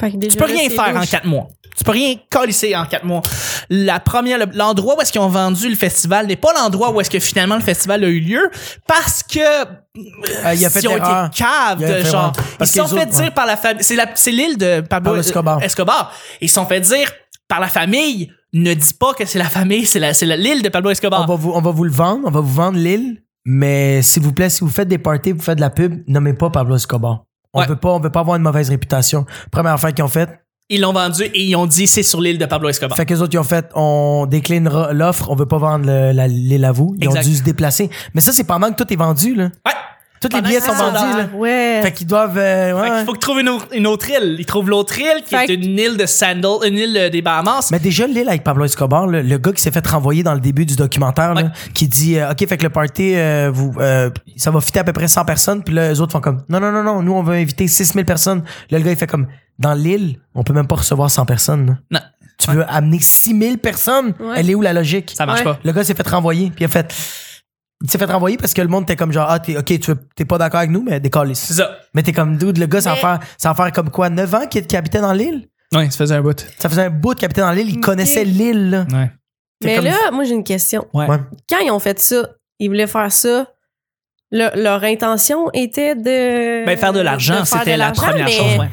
[SPEAKER 1] Tu peux rien faire en quatre mois. Tu peux rien colisser en quatre mois. La première, le- l'endroit où est-ce qu'ils ont vendu le festival n'est pas l'endroit où est-ce que finalement le festival a eu lieu parce que euh,
[SPEAKER 3] il a fait
[SPEAKER 1] ils ont été
[SPEAKER 3] erreur.
[SPEAKER 1] caves
[SPEAKER 3] Il a
[SPEAKER 1] de
[SPEAKER 3] fait
[SPEAKER 1] genre.
[SPEAKER 3] erreur. Parce
[SPEAKER 1] ils se
[SPEAKER 3] que
[SPEAKER 1] sont
[SPEAKER 3] les
[SPEAKER 1] fait
[SPEAKER 3] autres,
[SPEAKER 1] dire
[SPEAKER 3] ouais.
[SPEAKER 1] par la famille. C'est la- c'est l'île de Pablo Euh,
[SPEAKER 3] Pablo Escobar.
[SPEAKER 1] Escobar. Ils se sont fait dire par la famille. Ne dis pas que c'est la famille, c'est la- c'est la- l'île de Pablo Escobar.
[SPEAKER 3] On, va vous, on va vous le vendre, on va vous vendre l'île, mais s'il vous plaît, si vous faites des parties, vous faites de la pub, nommez pas Pablo Escobar. On
[SPEAKER 1] Ouais.
[SPEAKER 3] veut pas, on veut pas avoir une mauvaise réputation. Première affaire qu'ils ont faite,
[SPEAKER 1] Ils l'ont vendu et ils ont dit c'est sur l'île de Pablo Escobar.
[SPEAKER 3] Fait que les autres, ils ont fait, on décline l'offre, on veut pas vendre le- la- l'île à vous. Ils
[SPEAKER 1] Exact.
[SPEAKER 3] ont dû se déplacer. Mais ça, c'est pendant que tout est vendu, là.
[SPEAKER 1] Ouais.
[SPEAKER 3] Tous
[SPEAKER 1] Pendant
[SPEAKER 3] les billets
[SPEAKER 1] que
[SPEAKER 3] sont
[SPEAKER 1] ça
[SPEAKER 3] vendus,
[SPEAKER 1] sort.
[SPEAKER 3] là.
[SPEAKER 2] Ah, Ouais.
[SPEAKER 3] Fait qu'ils doivent, euh, ouais,
[SPEAKER 1] Fait qu'il
[SPEAKER 3] ouais.
[SPEAKER 1] faut qu'ils trouvent une, autre- une autre île. Ils trouvent l'autre île qui
[SPEAKER 2] Fait
[SPEAKER 1] est une île de Sandal, une île euh, des Bahamas.
[SPEAKER 3] Mais déjà, l'île avec Pablo Escobar, là, le gars qui s'est fait renvoyer dans le début du documentaire, là,
[SPEAKER 1] Ouais.
[SPEAKER 3] qui dit, euh, OK, fait que le party, euh, vous, euh, ça va fitter à peu près 100 personnes. Puis là, les autres font comme, non, non, non, non, nous, on veut inviter 6000 personnes. Là, le gars, il fait comme, dans l'île, on peut même pas recevoir 100 personnes. là.
[SPEAKER 1] Non,
[SPEAKER 3] Tu veux amener 6000 personnes?
[SPEAKER 2] Ouais.
[SPEAKER 3] Elle est où la logique?
[SPEAKER 1] ça marche
[SPEAKER 2] Ouais.
[SPEAKER 1] pas.
[SPEAKER 3] Le gars s'est fait renvoyer, puis il a fait. Il s'est fait renvoyer parce que le monde était comme genre, ah, t'es, ok, tu veux- t'es pas d'accord avec nous, mais décolle
[SPEAKER 1] C'est ça.
[SPEAKER 3] Mais t'es comme dude, le gars, ça va
[SPEAKER 2] Mais-
[SPEAKER 3] faire, ça va faire comme quoi, 9 ans qu'il qu'il habitait dans l'île?
[SPEAKER 1] Ouais, ça faisait un bout.
[SPEAKER 3] Ça faisait un bout de capitaine dans l'île, il
[SPEAKER 2] Ok.
[SPEAKER 3] connaissait l'île, là.
[SPEAKER 1] Ouais.
[SPEAKER 3] C'est
[SPEAKER 2] Mais
[SPEAKER 3] comme-
[SPEAKER 2] là, moi, j'ai une question.
[SPEAKER 1] Ouais.
[SPEAKER 3] Ouais.
[SPEAKER 2] Quand ils ont fait ça, ils voulaient faire ça. le- leur intention était de.
[SPEAKER 1] Ben, faire de l'argent,
[SPEAKER 2] faire
[SPEAKER 1] c'était
[SPEAKER 2] Euh, de
[SPEAKER 1] la
[SPEAKER 2] l'argent,
[SPEAKER 1] première
[SPEAKER 2] mais-
[SPEAKER 1] chose. Ouais.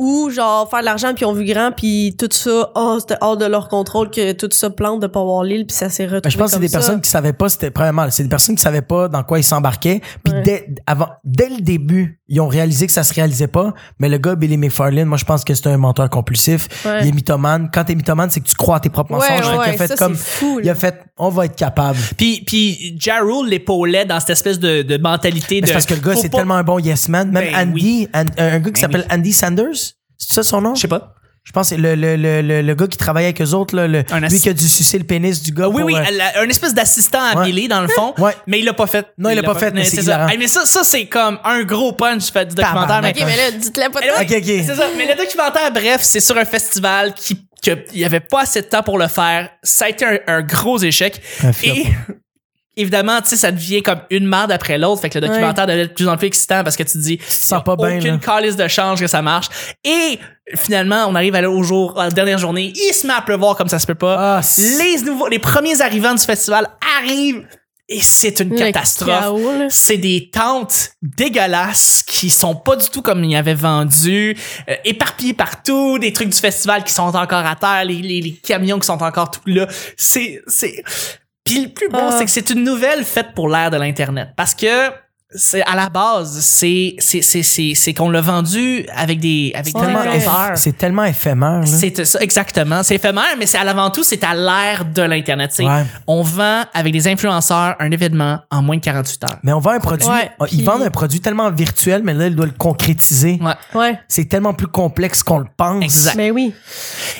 [SPEAKER 2] Ou genre faire de l'argent, puis ils ont vu grand, puis tout ça, oh, c'était hors de leur contrôle que tout ça plante de pas avoir l'île, puis ça s'est retrouvé.
[SPEAKER 3] Mais Ben, je pense que c'est
[SPEAKER 2] comme
[SPEAKER 3] des
[SPEAKER 2] ça.
[SPEAKER 3] personnes qui savaient pas, c'était, premièrement, c'est des personnes qui savaient pas dans quoi ils s'embarquaient, puis
[SPEAKER 2] Ouais.
[SPEAKER 3] dès, avant, dès le début, ils ont réalisé que ça se réalisait pas, mais le gars, Billy McFarlane, moi, je pense que c'est un menteur compulsif,
[SPEAKER 2] Ouais.
[SPEAKER 3] il est mythomane. Quand t'es mythomane, c'est que tu crois à tes propres
[SPEAKER 2] Ouais,
[SPEAKER 3] mensonges, Fait qu'il
[SPEAKER 2] ouais,
[SPEAKER 3] a fait
[SPEAKER 2] ça,
[SPEAKER 3] comme,
[SPEAKER 2] c'est fou,
[SPEAKER 3] il
[SPEAKER 2] là.
[SPEAKER 3] a fait, on va être capable.
[SPEAKER 1] Puis, puis Ja Rule l'épaulait dans cette espèce de, de mentalité
[SPEAKER 3] Mais
[SPEAKER 1] de.
[SPEAKER 3] c'est parce que le gars,
[SPEAKER 1] faut
[SPEAKER 3] c'est
[SPEAKER 1] pas-
[SPEAKER 3] tellement un bon yes man. Même
[SPEAKER 1] Ben
[SPEAKER 3] Andy,
[SPEAKER 1] oui.
[SPEAKER 3] An- un, un gars qui
[SPEAKER 1] Ben
[SPEAKER 3] s'appelle Andy Sanders, c'est ça son nom?
[SPEAKER 1] Je sais pas.
[SPEAKER 3] Je pense que c'est le, le, le, le, le gars qui travaille avec eux autres, là, le,
[SPEAKER 1] Un
[SPEAKER 3] lui
[SPEAKER 1] assi-
[SPEAKER 3] qui a dû sucer le pénis du gars.
[SPEAKER 1] Oui,
[SPEAKER 3] pour,
[SPEAKER 1] oui,
[SPEAKER 3] euh,
[SPEAKER 1] elle a- un espèce d'assistant habillé dans le fond,
[SPEAKER 3] Ouais.
[SPEAKER 1] mais il l'a pas fait.
[SPEAKER 3] Non, il l'a pas fait, mais c'est
[SPEAKER 1] ça.
[SPEAKER 3] hilarant.
[SPEAKER 1] Hey, mais ça, ça c'est comme un gros punch fait du documentaire. Mais...
[SPEAKER 3] Tabarnak.
[SPEAKER 2] Ok, mais là, dites-le pas de
[SPEAKER 1] Mais là,
[SPEAKER 3] Ah. Ok, ok.
[SPEAKER 1] C'est ça. Mais le documentaire, bref, c'est sur un festival qui qu'il n'y avait pas assez de temps pour le faire. Ça a été un, un gros échec.
[SPEAKER 3] Un flop.
[SPEAKER 1] Et évidemment, tu sais, ça devient comme une merde après l'autre. Fait que le documentaire devient de plus en plus excitant parce que tu te dis,
[SPEAKER 3] sens pas bien,
[SPEAKER 1] aucune
[SPEAKER 3] là.
[SPEAKER 1] calice de change que ça marche. Et finalement, on arrive à là au jour, à la dernière journée, il se met à pleuvoir comme ça se peut pas.
[SPEAKER 3] Ah, c'est-
[SPEAKER 1] les nouveaux, les premiers arrivants du festival arrivent et c'est une
[SPEAKER 2] Le
[SPEAKER 1] catastrophe.
[SPEAKER 2] chaos, là.
[SPEAKER 1] C'est des tentes dégueulasses qui sont pas du tout comme ils avaient vendu, euh, éparpillées partout, des trucs du festival qui sont encore à terre, les, les, les camions qui sont encore tout là. C'est, c'est. Puis le plus bon,
[SPEAKER 2] Ah.
[SPEAKER 1] c'est que c'est une nouvelle faite pour l'ère de l'internet, parce que c'est à la base, c'est c'est c'est c'est, c'est qu'on l'a vendu avec des avec
[SPEAKER 2] Ouais.
[SPEAKER 1] des
[SPEAKER 3] tellement eff-
[SPEAKER 1] vendeurs.
[SPEAKER 3] C'est tellement éphémère. là.
[SPEAKER 1] C'est ça, exactement. C'est éphémère, mais c'est à l'avant tout, c'est à l'ère de l'Internet. tu sais.
[SPEAKER 3] Ouais.
[SPEAKER 1] On vend avec des influenceurs un événement en moins de 48 heures.
[SPEAKER 3] Mais on vend un produit.
[SPEAKER 2] Ouais,
[SPEAKER 3] oh,
[SPEAKER 2] puis-
[SPEAKER 3] Ils vendent un produit tellement virtuel, mais là, ils doivent le concrétiser.
[SPEAKER 1] Ouais.
[SPEAKER 2] Ouais.
[SPEAKER 3] C'est tellement plus complexe qu'on le pense.
[SPEAKER 1] Exact.
[SPEAKER 2] Mais oui.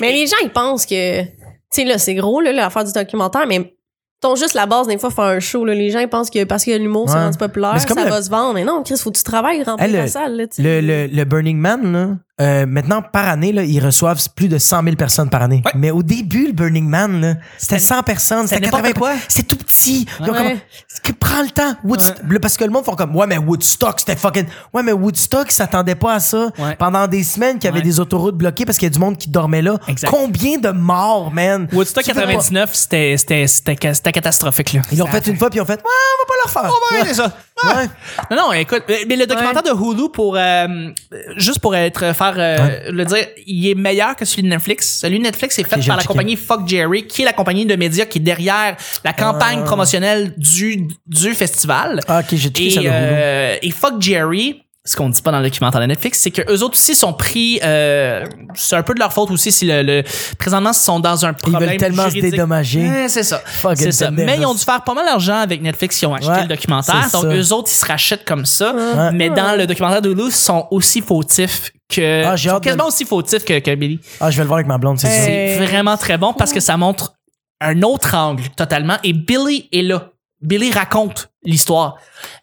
[SPEAKER 2] Mais les gens, ils pensent que. Tu sais, là, c'est gros, là, l'affaire du documentaire, mais. Ton juste la base, des fois, faire un show. Là. Les gens ils pensent que parce que l'humour c'est
[SPEAKER 3] Ouais.
[SPEAKER 2] rendu populaire,
[SPEAKER 3] Mais c'est
[SPEAKER 2] ça
[SPEAKER 3] comme le-
[SPEAKER 2] va se vendre. Mais non, Chris, faut que tu travailles, remplir
[SPEAKER 3] Hey, le-
[SPEAKER 2] la salle. Là, tu sais.
[SPEAKER 3] Le, le, le Burning Man, là, euh, maintenant, par année, là, ils reçoivent plus de 100 000 personnes par année.
[SPEAKER 1] Ouais.
[SPEAKER 3] Mais au début, le Burning Man, là, c'était 100 personnes, c'était
[SPEAKER 1] n'importe
[SPEAKER 3] 80 C'est tout petit. Ils ont
[SPEAKER 1] Ouais.
[SPEAKER 3] comme, que- prends le temps. Woodst- là, Parce que le monde font comme, ouais, mais Woodstock, c'était fucking. Ouais, mais Woodstock, ils s'attendaient pas à ça.
[SPEAKER 1] Ouais.
[SPEAKER 3] Pendant des semaines, qu'il y avait
[SPEAKER 1] Ouais.
[SPEAKER 3] des autoroutes bloquées parce qu'il y a du monde qui dormait là.
[SPEAKER 1] Exact.
[SPEAKER 3] Combien de morts, man?
[SPEAKER 1] Woodstock
[SPEAKER 3] Tu fais pas-
[SPEAKER 1] 99, c'était c'était c'était ca- c'était catastrophique là.
[SPEAKER 3] Ils l'ont
[SPEAKER 1] Ça-
[SPEAKER 3] fait une fois, puis ils ont fait, ouais, on va pas le refaire.
[SPEAKER 1] On va arrêter ça.
[SPEAKER 3] Ouais.
[SPEAKER 1] Ah! Non, non, écoute, mais mais le documentaire de Hulu, pour, euh, juste pour être, faire euh, le dire, il est meilleur que celui de Netflix. Celui de Netflix est fait
[SPEAKER 3] j'ai
[SPEAKER 1] par la
[SPEAKER 3] checké.
[SPEAKER 1] compagnie Fuck Jerry, qui est la compagnie de médias qui est derrière la campagne promotionnelle du, du festival.
[SPEAKER 3] Ah, ok, j'ai checké
[SPEAKER 1] et,
[SPEAKER 3] ça. le rouleau.
[SPEAKER 1] euh, et Fuck Jerry, ce qu'on dit pas dans le documentaire de Netflix, c'est que eux autres aussi sont pris, euh, c'est un peu de leur faute aussi si le, le- présentement ils sont dans un
[SPEAKER 3] Ils
[SPEAKER 1] problème
[SPEAKER 3] veulent tellement se
[SPEAKER 1] juridique.
[SPEAKER 3] dédommager.
[SPEAKER 1] Ouais, c'est ça.
[SPEAKER 3] Fucking
[SPEAKER 1] C'est ça.
[SPEAKER 3] Tenet,
[SPEAKER 1] Mais ils ont
[SPEAKER 3] là.
[SPEAKER 1] dû faire pas mal d'argent avec Netflix qui ont acheté
[SPEAKER 3] Ouais,
[SPEAKER 1] le documentaire.
[SPEAKER 3] c'est
[SPEAKER 1] Donc,
[SPEAKER 3] ça.
[SPEAKER 1] eux autres, ils se rachètent comme ça. Mais
[SPEAKER 2] Ouais.
[SPEAKER 1] dans le documentaire de Hulu, ils sont aussi fautifs que.
[SPEAKER 3] Ah, j'ai
[SPEAKER 1] ils sont
[SPEAKER 3] hâte de-
[SPEAKER 1] quasiment aussi fautifs que, que Billy.
[SPEAKER 3] Ah, je vais le voir avec ma blonde, c'est
[SPEAKER 2] Hey.
[SPEAKER 3] ça.
[SPEAKER 1] C'est vraiment très bon parce que ça montre un autre angle totalement. Et Billy est là. Billy raconte l'histoire.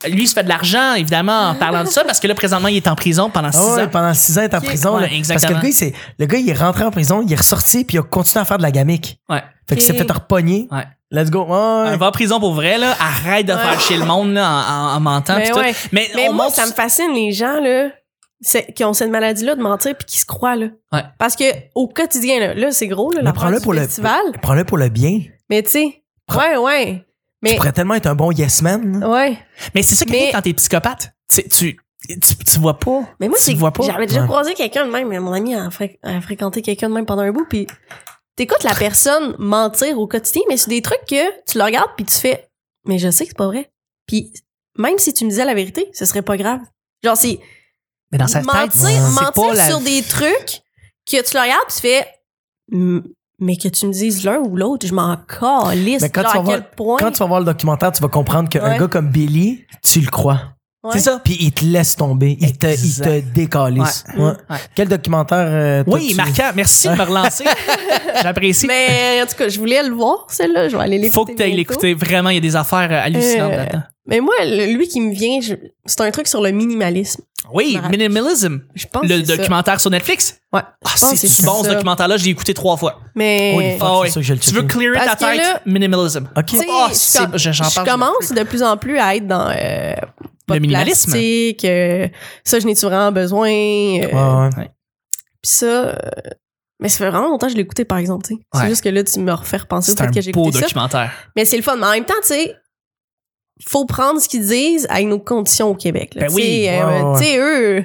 [SPEAKER 1] Lui, il se fait de l'argent, évidemment, en parlant de ça, parce que là, présentement, il est en prison pendant six
[SPEAKER 3] Ah ouais,
[SPEAKER 1] ans.
[SPEAKER 3] pendant six ans, il est en prison.
[SPEAKER 1] Ouais,
[SPEAKER 3] là. parce que
[SPEAKER 1] exactement.
[SPEAKER 3] le gars, il s'est- le gars, il est rentré en prison, il est ressorti, puis il a continué à faire de la gamique.
[SPEAKER 1] Ouais.
[SPEAKER 3] Fait qu'il s'est
[SPEAKER 2] Ok.
[SPEAKER 3] fait repogner.
[SPEAKER 1] Ouais.
[SPEAKER 3] Let's go. ah Ouais.
[SPEAKER 1] Va en prison pour vrai, là. Arrête de
[SPEAKER 2] Ouais.
[SPEAKER 1] faire chier le monde, là, en, en- en mentant.
[SPEAKER 3] Ah,
[SPEAKER 2] Mais
[SPEAKER 1] pis tout.
[SPEAKER 2] Ben ouais.
[SPEAKER 1] Mais,
[SPEAKER 2] Mais
[SPEAKER 1] on
[SPEAKER 2] moi,
[SPEAKER 1] montre-
[SPEAKER 2] ça me fascine les gens là, c'est- qui ont cette maladie-là de mentir puis qui se croient là.
[SPEAKER 1] Ouais.
[SPEAKER 2] Parce que au quotidien là, là c'est gros là,
[SPEAKER 3] Mais
[SPEAKER 2] la
[SPEAKER 3] prends-le pour le-
[SPEAKER 2] festival.
[SPEAKER 3] Prends-le pour le bien.
[SPEAKER 2] Mais tu sais, ouais, ouais,
[SPEAKER 3] Tu
[SPEAKER 1] Eh.
[SPEAKER 2] mais
[SPEAKER 3] pourrais tellement être un bon yes man. là.
[SPEAKER 2] ouais.
[SPEAKER 1] Mais c'est ça qui
[SPEAKER 2] Mais-
[SPEAKER 1] arrive quand t'es psychopathe. Tu, tu, tu, tu vois pas.
[SPEAKER 2] Mais moi,
[SPEAKER 1] Tu
[SPEAKER 2] c'est-
[SPEAKER 1] le vois pas?
[SPEAKER 2] j'avais déjà
[SPEAKER 3] Ouais.
[SPEAKER 2] croisé quelqu'un de même, mais mon ami a, fré- a fréquenté quelqu'un de même pendant un bout, puis t'écoutes la personne mentir au quotidien, mais c'est des trucs que tu le regardes puis tu fais, mais je sais que c'est pas vrai. Puis même si tu me disais la vérité, ce serait pas grave. Genre c'est
[SPEAKER 1] Mais dans sa
[SPEAKER 2] mentir,
[SPEAKER 1] tête, c'est
[SPEAKER 2] mentir
[SPEAKER 1] pas la...
[SPEAKER 2] sur des trucs que tu le regardes, tu fais. "Hmm, Mais que tu me dises l'un ou l'autre, je m'en calisse.
[SPEAKER 3] Mais quand
[SPEAKER 2] Genre,
[SPEAKER 3] tu
[SPEAKER 2] à
[SPEAKER 3] vas voir-
[SPEAKER 2] quel point.
[SPEAKER 3] Quand tu vas voir le documentaire, tu vas comprendre qu'un
[SPEAKER 2] Ouais.
[SPEAKER 3] gars comme Billy, tu le crois.
[SPEAKER 2] Ouais.
[SPEAKER 1] C'est ça.
[SPEAKER 3] Puis il te laisse tomber. Il te, il
[SPEAKER 1] Exact.
[SPEAKER 3] te décalisse.
[SPEAKER 2] Ouais.
[SPEAKER 3] Ouais.
[SPEAKER 1] Ouais.
[SPEAKER 3] Quel documentaire euh, toi,
[SPEAKER 1] Oui,
[SPEAKER 3] tu-
[SPEAKER 1] marquant. Merci de me relancer. J'apprécie.
[SPEAKER 2] Mais en tout cas, je voulais le voir, celle-là. Je vais aller l'écouter.
[SPEAKER 1] Faut que t'ailles
[SPEAKER 2] bientôt.
[SPEAKER 1] l'écouter. Vraiment, il y a des affaires euh, hallucinantes
[SPEAKER 2] Euh,
[SPEAKER 1] là-dedans.
[SPEAKER 2] Mais moi, le- lui qui me vient, je- c'est un truc sur le minimalisme.
[SPEAKER 1] Oui,
[SPEAKER 2] Mara-
[SPEAKER 1] Minimalism.
[SPEAKER 2] Je pense
[SPEAKER 1] le
[SPEAKER 2] que c'est ça.
[SPEAKER 1] documentaire sur Netflix.
[SPEAKER 2] Ouais.
[SPEAKER 1] Ah,
[SPEAKER 2] pense que
[SPEAKER 1] c'est
[SPEAKER 2] c'est
[SPEAKER 1] du bon,
[SPEAKER 2] ça.
[SPEAKER 1] ce documentaire-là. J'ai écouté trois fois.
[SPEAKER 3] Holy
[SPEAKER 2] Mais.
[SPEAKER 3] fuck,
[SPEAKER 1] Ah
[SPEAKER 3] c'est
[SPEAKER 1] ouais.
[SPEAKER 3] sûr que je vais le
[SPEAKER 1] Tu veux
[SPEAKER 3] checker.
[SPEAKER 1] clearer ta
[SPEAKER 2] Parce que
[SPEAKER 1] tête?
[SPEAKER 2] là-
[SPEAKER 1] Minimalism.
[SPEAKER 3] Ok.
[SPEAKER 2] Tu sais,
[SPEAKER 1] Ah,
[SPEAKER 2] je
[SPEAKER 1] c'est-
[SPEAKER 2] com-
[SPEAKER 1] je- j'en
[SPEAKER 2] je
[SPEAKER 1] parle,
[SPEAKER 2] commence de plus en plus à être dans euh,
[SPEAKER 1] Le
[SPEAKER 2] pas de
[SPEAKER 1] minimalisme.
[SPEAKER 2] plastique, euh, ça, je n'ai-tu vraiment besoin? euh,
[SPEAKER 3] Ouais, ouais.
[SPEAKER 2] Puis ça, euh, mais ça fait vraiment longtemps que je l'ai écouté, par exemple. tu sais.
[SPEAKER 1] Ouais.
[SPEAKER 2] C'est juste que là, tu me refais repenser au
[SPEAKER 1] C'est
[SPEAKER 2] fait
[SPEAKER 1] un
[SPEAKER 2] que j'ai
[SPEAKER 1] beau
[SPEAKER 2] écouté ça.
[SPEAKER 1] documentaire.
[SPEAKER 2] Mais c'est le fun. Mais en même temps, tu sais, faut prendre ce qu'ils disent avec nos conditions au Québec. là.
[SPEAKER 1] Ben
[SPEAKER 2] Tu
[SPEAKER 1] oui,
[SPEAKER 2] sais,
[SPEAKER 3] ouais,
[SPEAKER 2] euh,
[SPEAKER 3] ouais,
[SPEAKER 2] tu sais, eux,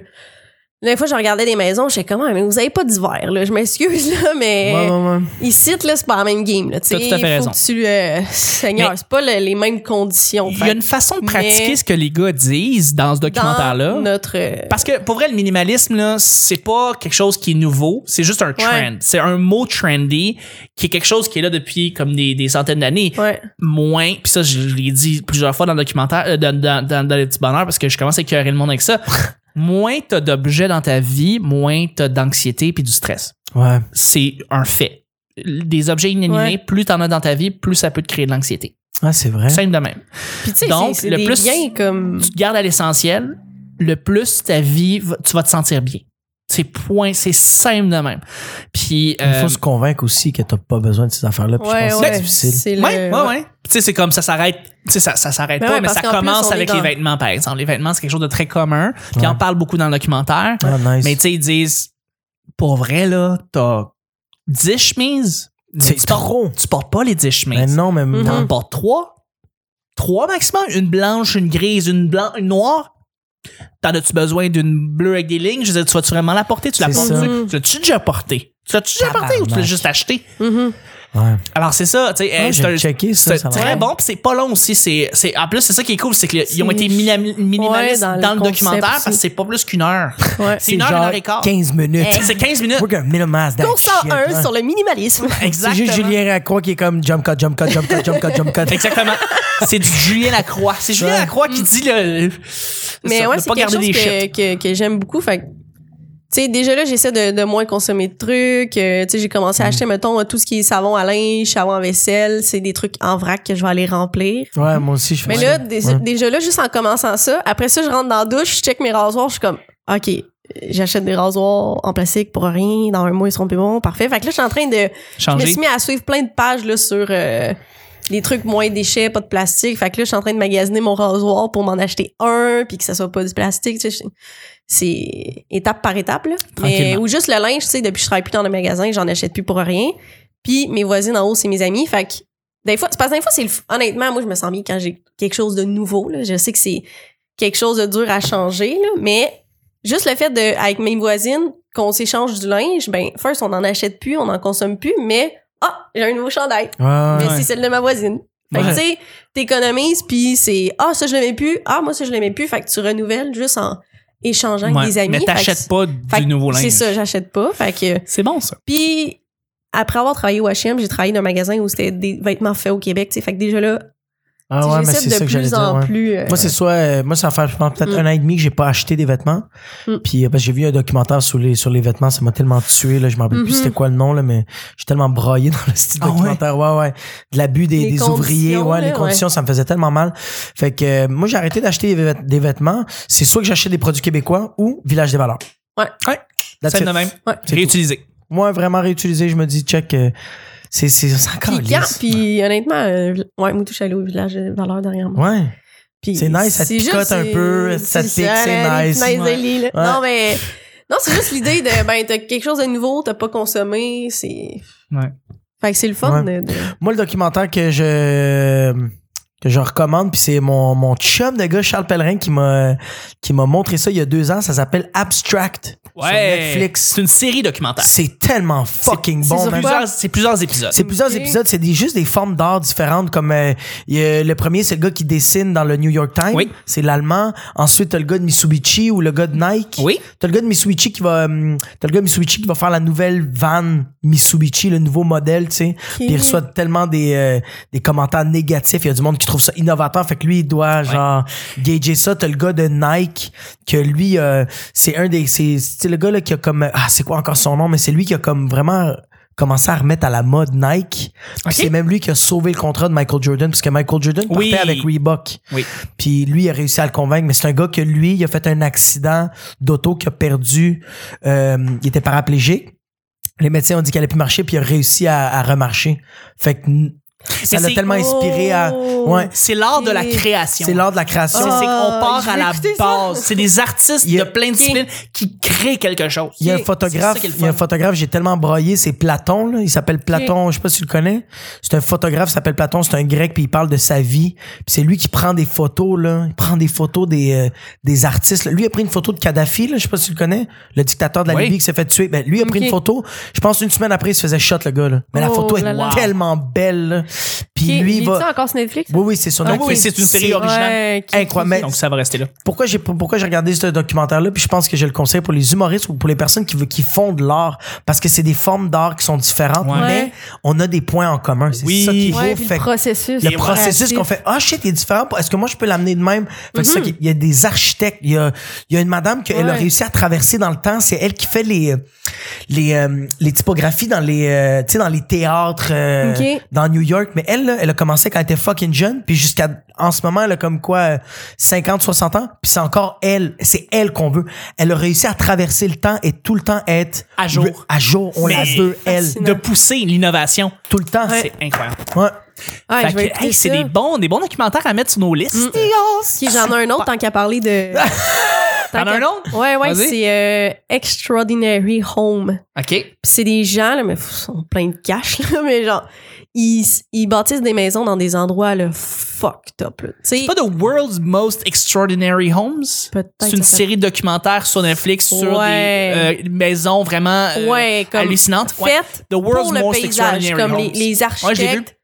[SPEAKER 2] la fois, je regardais des maisons, je sais comment, mais vous avez pas d'hiver, là. Je m'excuse, là,
[SPEAKER 1] Eh.
[SPEAKER 2] mais
[SPEAKER 3] Ouais, ouais, ouais.
[SPEAKER 2] ici, là, c'est pas la même game, là. Tu sais,
[SPEAKER 1] T'as tout à fait
[SPEAKER 2] faut
[SPEAKER 1] raison.
[SPEAKER 2] que tu, euh, Seigneur,
[SPEAKER 1] Mais-
[SPEAKER 2] c'est pas le- les mêmes conditions.
[SPEAKER 1] Il y
[SPEAKER 2] Fait
[SPEAKER 1] a une façon de pratiquer
[SPEAKER 2] Mais-
[SPEAKER 1] ce que les gars disent dans ce
[SPEAKER 2] que dans
[SPEAKER 1] documentaire-là.
[SPEAKER 2] notre. euh,
[SPEAKER 1] Parce que pour vrai, le minimalisme, là, c'est pas quelque chose qui est nouveau, c'est juste un trend.
[SPEAKER 2] Ouais.
[SPEAKER 1] C'est un mot trendy qui est quelque chose qui est là depuis comme des, des centaines d'années.
[SPEAKER 2] Ouais.
[SPEAKER 1] Moins, puis ça, je l'ai dit plusieurs fois dans le documentaire, euh, dans, dans, dans, dans le petit bonheur, parce que je commence à écœurer le monde avec ça. Moins t'as d'objets dans ta vie, moins t'as d'anxiété puis du stress.
[SPEAKER 3] Ouais.
[SPEAKER 1] C'est un fait. Des objets inanimés,
[SPEAKER 2] Ouais. Hein?
[SPEAKER 1] plus t'en as dans ta vie, plus ça peut te créer de l'anxiété.
[SPEAKER 3] Ah, c'est vrai.
[SPEAKER 1] Simple de même.
[SPEAKER 2] Puis tu sais,
[SPEAKER 1] Donc,
[SPEAKER 2] c'est- c'est
[SPEAKER 1] le
[SPEAKER 2] des
[SPEAKER 1] plus-
[SPEAKER 2] liens comme...
[SPEAKER 1] Tu te gardes à l'essentiel, le plus ta vie, va- tu vas te sentir bien. C'est point, c'est simple de même. Puis
[SPEAKER 3] Il
[SPEAKER 1] euh,
[SPEAKER 3] faut se convaincre aussi que t'as pas besoin de ces affaires-là. Puis je
[SPEAKER 2] Ouais,
[SPEAKER 3] pense que
[SPEAKER 2] ouais,
[SPEAKER 3] c'est difficile.
[SPEAKER 2] c'est le-
[SPEAKER 1] Ben, Ouais, ouais, ouais. Puis, Tu sais, c'est comme ça s'arrête. Tu sais, ça, ça s'arrête
[SPEAKER 2] Ben
[SPEAKER 1] pas,
[SPEAKER 2] ouais,
[SPEAKER 1] mais
[SPEAKER 2] parce
[SPEAKER 1] ça
[SPEAKER 2] qu'en plus,
[SPEAKER 1] commence
[SPEAKER 2] on est
[SPEAKER 1] avec
[SPEAKER 2] dans-
[SPEAKER 1] les vêtements, par exemple. Les vêtements, c'est quelque chose de très commun. Puis
[SPEAKER 3] Ouais.
[SPEAKER 1] on parle beaucoup dans le documentaire.
[SPEAKER 3] Ah, nice.
[SPEAKER 1] Mais tu sais, ils disent, pour vrai, là, t'as 10 chemises. mais
[SPEAKER 3] C'est
[SPEAKER 1] tu portes-
[SPEAKER 3] trop.
[SPEAKER 1] Tu portes pas les 10
[SPEAKER 3] Mais
[SPEAKER 1] chemises.
[SPEAKER 3] non, mais
[SPEAKER 2] Mhm.
[SPEAKER 1] T'en
[SPEAKER 3] non.
[SPEAKER 1] portes 3. 3 maximum. Une blanche, une grise, une, blanche, une noire. T'en as-tu besoin d'une bleue avec des lignes? Je veux dire, tu vas-tu vraiment la porter? Tu la
[SPEAKER 3] C'est
[SPEAKER 1] portes-tu?
[SPEAKER 3] ça.
[SPEAKER 1] Tu l'as-tu déjà portée? Tu l'as-tu déjà portée ou tu l'as
[SPEAKER 3] Tabarnak.
[SPEAKER 1] juste acheté?
[SPEAKER 2] Mhm.
[SPEAKER 3] Ouais.
[SPEAKER 1] Alors, c'est ça, tu sais,
[SPEAKER 3] Ouais,
[SPEAKER 2] Eh,
[SPEAKER 1] hey,
[SPEAKER 3] Ah, j'ai
[SPEAKER 1] c'est un-
[SPEAKER 3] checké ça.
[SPEAKER 1] c'est
[SPEAKER 3] ça m'a
[SPEAKER 1] très
[SPEAKER 3] l'air.
[SPEAKER 1] bon, puis c'est pas long aussi. C'est, c'est, en plus, c'est ça qui est cool, c'est qu'ils ont
[SPEAKER 2] C'est-
[SPEAKER 1] été minami- minimalistes
[SPEAKER 2] Ouais, dans
[SPEAKER 1] dans,
[SPEAKER 2] le
[SPEAKER 1] le,
[SPEAKER 2] concept
[SPEAKER 1] documentaire parce que
[SPEAKER 2] aussi.
[SPEAKER 1] c'est pas plus qu'une heure.
[SPEAKER 2] Ouais.
[SPEAKER 1] C'est une heure, une heure et quart. Eh,
[SPEAKER 3] 15 minutes.
[SPEAKER 1] C'est 15 minutes.
[SPEAKER 3] We're gonna minimize that
[SPEAKER 2] Eh. Cours 101
[SPEAKER 3] shit, hein.
[SPEAKER 2] sur le minimalisme.
[SPEAKER 3] C'est
[SPEAKER 1] Exactement.
[SPEAKER 3] juste Julien Lacroix qui est comme jump cut, jump cut, jump cut, jump cut, jump cut.
[SPEAKER 1] Exactement. c'est du Julien Lacroix. C'est Julien
[SPEAKER 3] Ouais.
[SPEAKER 1] Lacroix qui dit le.
[SPEAKER 2] Mais
[SPEAKER 1] ça,
[SPEAKER 2] ouais,
[SPEAKER 1] de
[SPEAKER 2] c'est
[SPEAKER 1] pas
[SPEAKER 2] quelque
[SPEAKER 1] garder
[SPEAKER 2] chose
[SPEAKER 1] des shit.
[SPEAKER 2] que, que, que j'aime beaucoup. Fait que, tu sais, déjà là, j'essaie de, de moins consommer de trucs. Euh, tu sais, j'ai
[SPEAKER 1] Mm.
[SPEAKER 2] commencé à acheter, mettons, euh, tout ce qui est savon à linge, savon à vaisselle. C'est des trucs en vrac que je vais aller remplir.
[SPEAKER 3] Ouais, moi aussi, je fais
[SPEAKER 2] Mais
[SPEAKER 3] ça.
[SPEAKER 2] là, dé-
[SPEAKER 3] Ouais.
[SPEAKER 2] déjà là, juste en commençant ça, après ça, je rentre dans la douche, je check mes rasoirs, je suis comme, OK, j'achète des rasoirs en plastique pour rien. Dans un mois, ils seront plus bons. Parfait. Fait que là, je suis en train de... Je me
[SPEAKER 1] Changer.
[SPEAKER 2] suis mis à suivre plein de pages là, sur euh, des trucs moins déchets, pas de plastique. Fait que là, je suis en train de magasiner mon rasoir pour m'en acheter un, puis que ça soit pas du plastique. tu sais, je- C'est étape par étape. Là. Mais,
[SPEAKER 1] Tranquillement.
[SPEAKER 2] ou juste le linge, tu sais, depuis que je travaille plus dans le magasin, j'en achète plus pour rien. Puis mes voisines en haut, c'est mes amis. Fait que des fois, c'est parce que des fois, c'est le f- honnêtement, moi, je me sens bien quand j'ai quelque chose de nouveau. là. Je sais que c'est quelque chose de dur à changer, là, mais juste le fait de, avec mes voisines, qu'on s'échange du linge, ben, first, on n'en achète plus, on n'en consomme plus, mais, ah, j'ai un nouveau chandail.
[SPEAKER 3] Ouais,
[SPEAKER 2] mais
[SPEAKER 3] ouais.
[SPEAKER 2] c'est celle de ma voisine. Fait que,
[SPEAKER 1] Ouais.
[SPEAKER 2] tu sais, t'économises, puis c'est, ah, ça, je l'aimais plus, ah, moi, ça, je l'aimais plus, fait que tu renouvelles juste en échangeant
[SPEAKER 1] Ouais.
[SPEAKER 2] avec des amis.
[SPEAKER 1] Mais
[SPEAKER 2] Fait que
[SPEAKER 1] t'achètes
[SPEAKER 2] c'est-
[SPEAKER 1] pas
[SPEAKER 2] fait
[SPEAKER 1] du
[SPEAKER 2] que
[SPEAKER 1] nouveau linge.
[SPEAKER 2] C'est ça, j'achète pas. Fait que,
[SPEAKER 1] C'est bon, ça.
[SPEAKER 2] puis après avoir travaillé au H&M, j'ai travaillé dans un magasin où c'était des vêtements faits au Québec, tu sais, fait que déjà là,
[SPEAKER 3] Ah ouais, mais
[SPEAKER 2] j'essaie
[SPEAKER 3] c'est
[SPEAKER 2] de
[SPEAKER 3] ça que j'allais
[SPEAKER 2] plus
[SPEAKER 3] dire.
[SPEAKER 2] en
[SPEAKER 3] ouais.
[SPEAKER 2] plus. euh,
[SPEAKER 3] Moi, c'est soit. euh, moi, ça fait je pense, peut-être
[SPEAKER 2] Mm.
[SPEAKER 3] un an et demi que j'ai pas acheté des vêtements.
[SPEAKER 2] Mm.
[SPEAKER 3] Puis, euh, parce que j'ai vu un documentaire sur les, sur les vêtements, ça m'a tellement tué, là. Je me rappelle plus
[SPEAKER 2] Mhm.
[SPEAKER 3] c'était quoi le nom, là, mais j'ai tellement braillé dans le style
[SPEAKER 1] Ah ouais?
[SPEAKER 3] documentaire. Ouais, ouais. De l'abus des,
[SPEAKER 2] Les
[SPEAKER 3] des ouvriers,
[SPEAKER 2] conditions,
[SPEAKER 3] ouais,
[SPEAKER 2] là,
[SPEAKER 3] les
[SPEAKER 2] ouais.
[SPEAKER 3] conditions, ça me faisait tellement mal. Fait que, euh, moi, j'ai arrêté d'acheter des, vêt- des vêtements. C'est soit que j'achète des produits québécois ou Village des Valeurs.
[SPEAKER 2] Ouais.
[SPEAKER 1] Ouais.
[SPEAKER 3] That's
[SPEAKER 1] Simple
[SPEAKER 3] it.
[SPEAKER 1] de même.
[SPEAKER 2] Ouais.
[SPEAKER 3] C'est
[SPEAKER 1] Réutilisé.
[SPEAKER 3] Moi, vraiment réutilisé, je me dis, check, euh, c'est, c'est, c'est encore
[SPEAKER 2] Puis, quand-
[SPEAKER 3] lisse.
[SPEAKER 2] puis honnêtement, euh, ouais, moi, je suis allée au village de valeur derrière moi.
[SPEAKER 3] Ouais.
[SPEAKER 2] Puis
[SPEAKER 3] C'est nice, ça te
[SPEAKER 2] c'est
[SPEAKER 3] picote
[SPEAKER 2] juste,
[SPEAKER 3] un peu, ça te pique, c'est
[SPEAKER 2] les
[SPEAKER 3] nice.
[SPEAKER 2] fenêtres
[SPEAKER 1] Ouais.
[SPEAKER 2] de lit, là.
[SPEAKER 3] Ouais.
[SPEAKER 2] Non, mais. Non, c'est juste l'idée de, ben, t'as quelque chose de nouveau, t'as pas consommé, c'est.
[SPEAKER 1] Ouais.
[SPEAKER 2] Fait que c'est le fun de. de-
[SPEAKER 3] Moi, le documentaire que je que je recommande, puis c'est mon, mon chum de gars, Charles Pellerin, qui m'a qui m'a montré ça il y a deux ans. Ça s'appelle Abstract sur Netflix.
[SPEAKER 1] C'est une série documentaire.
[SPEAKER 3] C'est tellement fucking
[SPEAKER 1] C'est
[SPEAKER 3] bon,
[SPEAKER 1] sur
[SPEAKER 3] man.
[SPEAKER 1] plusieurs- C'est plusieurs épisodes.
[SPEAKER 3] C'est plusieurs
[SPEAKER 2] Ok.
[SPEAKER 3] épisodes, c'est des, juste des formes d'art différentes. Comme euh, il y a- le premier, c'est le gars qui dessine dans le New York Times,
[SPEAKER 1] Oui.
[SPEAKER 3] c'est l'allemand. Ensuite, t'as le gars de Mitsubishi ou le gars de Nike.
[SPEAKER 1] Oui.
[SPEAKER 3] T'as le gars de Mitsubishi qui va, hum, t'as le gars de Mitsubishi qui va faire la nouvelle van Mitsubishi, le nouveau modèle, tu sais. Puis il reçoit tellement des, euh, des commentaires négatifs. Il y a du monde qui trouve ça innovateur. Fait que lui, il doit, genre, gager ça. T'as le gars de Nike, que lui, euh, c'est un des, c'est, c'est le gars, là, qui a comme, ah, c'est quoi encore son nom? Mais c'est lui qui a comme vraiment commencé à remettre à la mode Nike. Puis
[SPEAKER 1] Ok.
[SPEAKER 3] C'est même lui qui a sauvé le contrat de Michael Jordan, parce que Michael Jordan partait
[SPEAKER 1] Oui.
[SPEAKER 3] avec Reebok.
[SPEAKER 1] Oui.
[SPEAKER 3] Puis lui, il a réussi à le convaincre, mais c'est un gars que lui, il a fait un accident d'auto qui a perdu. euh, il était paraplégique. Les médecins ont dit qu'il allait plus marcher, puis il a réussi à, à remarcher. Fait que n- ça
[SPEAKER 1] Mais
[SPEAKER 3] l'a
[SPEAKER 1] c'est-
[SPEAKER 3] tellement inspiré à.
[SPEAKER 2] Oh.
[SPEAKER 3] Ouais.
[SPEAKER 1] C'est l'art de la
[SPEAKER 2] Et-
[SPEAKER 1] création.
[SPEAKER 3] C'est l'art de la création.
[SPEAKER 1] C'est
[SPEAKER 2] Ah,
[SPEAKER 1] c'est qu'on part
[SPEAKER 2] je
[SPEAKER 1] à
[SPEAKER 2] vais
[SPEAKER 1] la
[SPEAKER 2] écouter ça.
[SPEAKER 1] base. C'est des artistes
[SPEAKER 3] Il y a-
[SPEAKER 1] de plein de disciplines qui créent quelque chose.
[SPEAKER 3] Il y a un
[SPEAKER 1] C'est
[SPEAKER 3] photographe,
[SPEAKER 1] ça qui est le
[SPEAKER 3] il y a un
[SPEAKER 1] fun.
[SPEAKER 3] photographe, j'ai tellement broyé, c'est Platon, là. Il s'appelle Platon, je sais pas si tu le connais. C'est un photographe, il s'appelle Platon, c'est un grec, puis il parle de sa vie. Puis c'est lui qui prend des photos, là. Il prend des photos des, euh, des artistes. là. Lui a pris une photo de Kadhafi, là, je sais pas si tu le connais. Le dictateur de la
[SPEAKER 1] Oui.
[SPEAKER 3] Libye qui s'est fait tuer. Ben, lui a pris
[SPEAKER 2] Ok.
[SPEAKER 3] une photo. Je pense une semaine après, il se faisait shot, le gars, là. Mais la
[SPEAKER 2] Oh
[SPEAKER 3] photo est
[SPEAKER 2] là là.
[SPEAKER 3] tellement belle, là. Puis
[SPEAKER 2] Qui-
[SPEAKER 3] lui
[SPEAKER 2] il
[SPEAKER 3] va.
[SPEAKER 2] est-tu encore sur Netflix?
[SPEAKER 3] Oui, oui, c'est sur
[SPEAKER 1] Ah
[SPEAKER 3] Netflix.
[SPEAKER 1] oui, c'est une série originale.
[SPEAKER 2] Ouais, qui-
[SPEAKER 3] Incroyable. Mais
[SPEAKER 1] Donc ça va rester là.
[SPEAKER 3] pourquoi j'ai pourquoi j'ai regardé ce documentaire là puis je pense que je le conseille pour les humoristes ou pour les personnes qui veulent- qui font de l'art parce que c'est des formes d'art qui sont différentes
[SPEAKER 1] Ouais.
[SPEAKER 3] mais on a des points en commun c'est
[SPEAKER 1] Oui.
[SPEAKER 3] ça qui est beau
[SPEAKER 2] Ouais, puis
[SPEAKER 3] Fait
[SPEAKER 2] le
[SPEAKER 3] que
[SPEAKER 2] processus.
[SPEAKER 3] le processus qu'on fait ah shit il est différent est-ce que moi je peux l'amener de même fait que c'est ça qu'il- il y a des architectes il y a il y a une madame qu'elle a
[SPEAKER 2] Ouais.
[SPEAKER 3] réussi à traverser dans le temps c'est elle qui fait les les euh, les typographies dans les euh, tu sais dans les théâtres euh,
[SPEAKER 2] Ok.
[SPEAKER 3] dans New York mais elle là, elle a commencé quand elle était fucking jeune puis jusqu'à en ce moment elle a comme quoi euh, 50 60 ans puis c'est encore elle c'est elle qu'on veut elle a réussi à traverser le temps et tout le temps être
[SPEAKER 1] À jour.
[SPEAKER 3] à jour on
[SPEAKER 1] Mais-
[SPEAKER 3] la veut elle
[SPEAKER 2] Fascinant.
[SPEAKER 1] De pousser l'innovation.
[SPEAKER 3] tout le temps
[SPEAKER 1] C'est incroyable.
[SPEAKER 3] Ouais.
[SPEAKER 2] Ah,
[SPEAKER 1] Fait
[SPEAKER 2] je vais
[SPEAKER 1] que,
[SPEAKER 2] écouter
[SPEAKER 1] hey, c'est
[SPEAKER 2] ça.
[SPEAKER 1] des bons, des bons documentaires à mettre sur nos listes.
[SPEAKER 2] Puis j'en ai un autre tant qu'à parler de.
[SPEAKER 1] T'en as un
[SPEAKER 2] qu'à-
[SPEAKER 1] autre?
[SPEAKER 2] Ouais, ouais,
[SPEAKER 1] Vas-y.
[SPEAKER 2] c'est euh, Extraordinary Home.
[SPEAKER 1] OK.
[SPEAKER 2] Puis c'est des gens, là, mais pff, ils sont pleins de cash, là, mais genre, ils, ils bâtissent des maisons dans des endroits, là, fucked up, là. Tu sais,
[SPEAKER 1] C'est pas The World's Most Extraordinary Homes.
[SPEAKER 2] peut-être
[SPEAKER 1] C'est une
[SPEAKER 2] que ça-
[SPEAKER 1] série documentaire sur Netflix sur
[SPEAKER 2] Ouais.
[SPEAKER 1] des euh, maisons vraiment euh,
[SPEAKER 2] Ouais, comme
[SPEAKER 1] hallucinantes. Ouais.
[SPEAKER 2] faite
[SPEAKER 1] The World's
[SPEAKER 2] pour le
[SPEAKER 1] Most
[SPEAKER 2] paysage,
[SPEAKER 1] Extraordinary
[SPEAKER 2] comme les,
[SPEAKER 1] Homes. Ouais,
[SPEAKER 2] les
[SPEAKER 1] je l'ai vu.
[SPEAKER 2] architectes.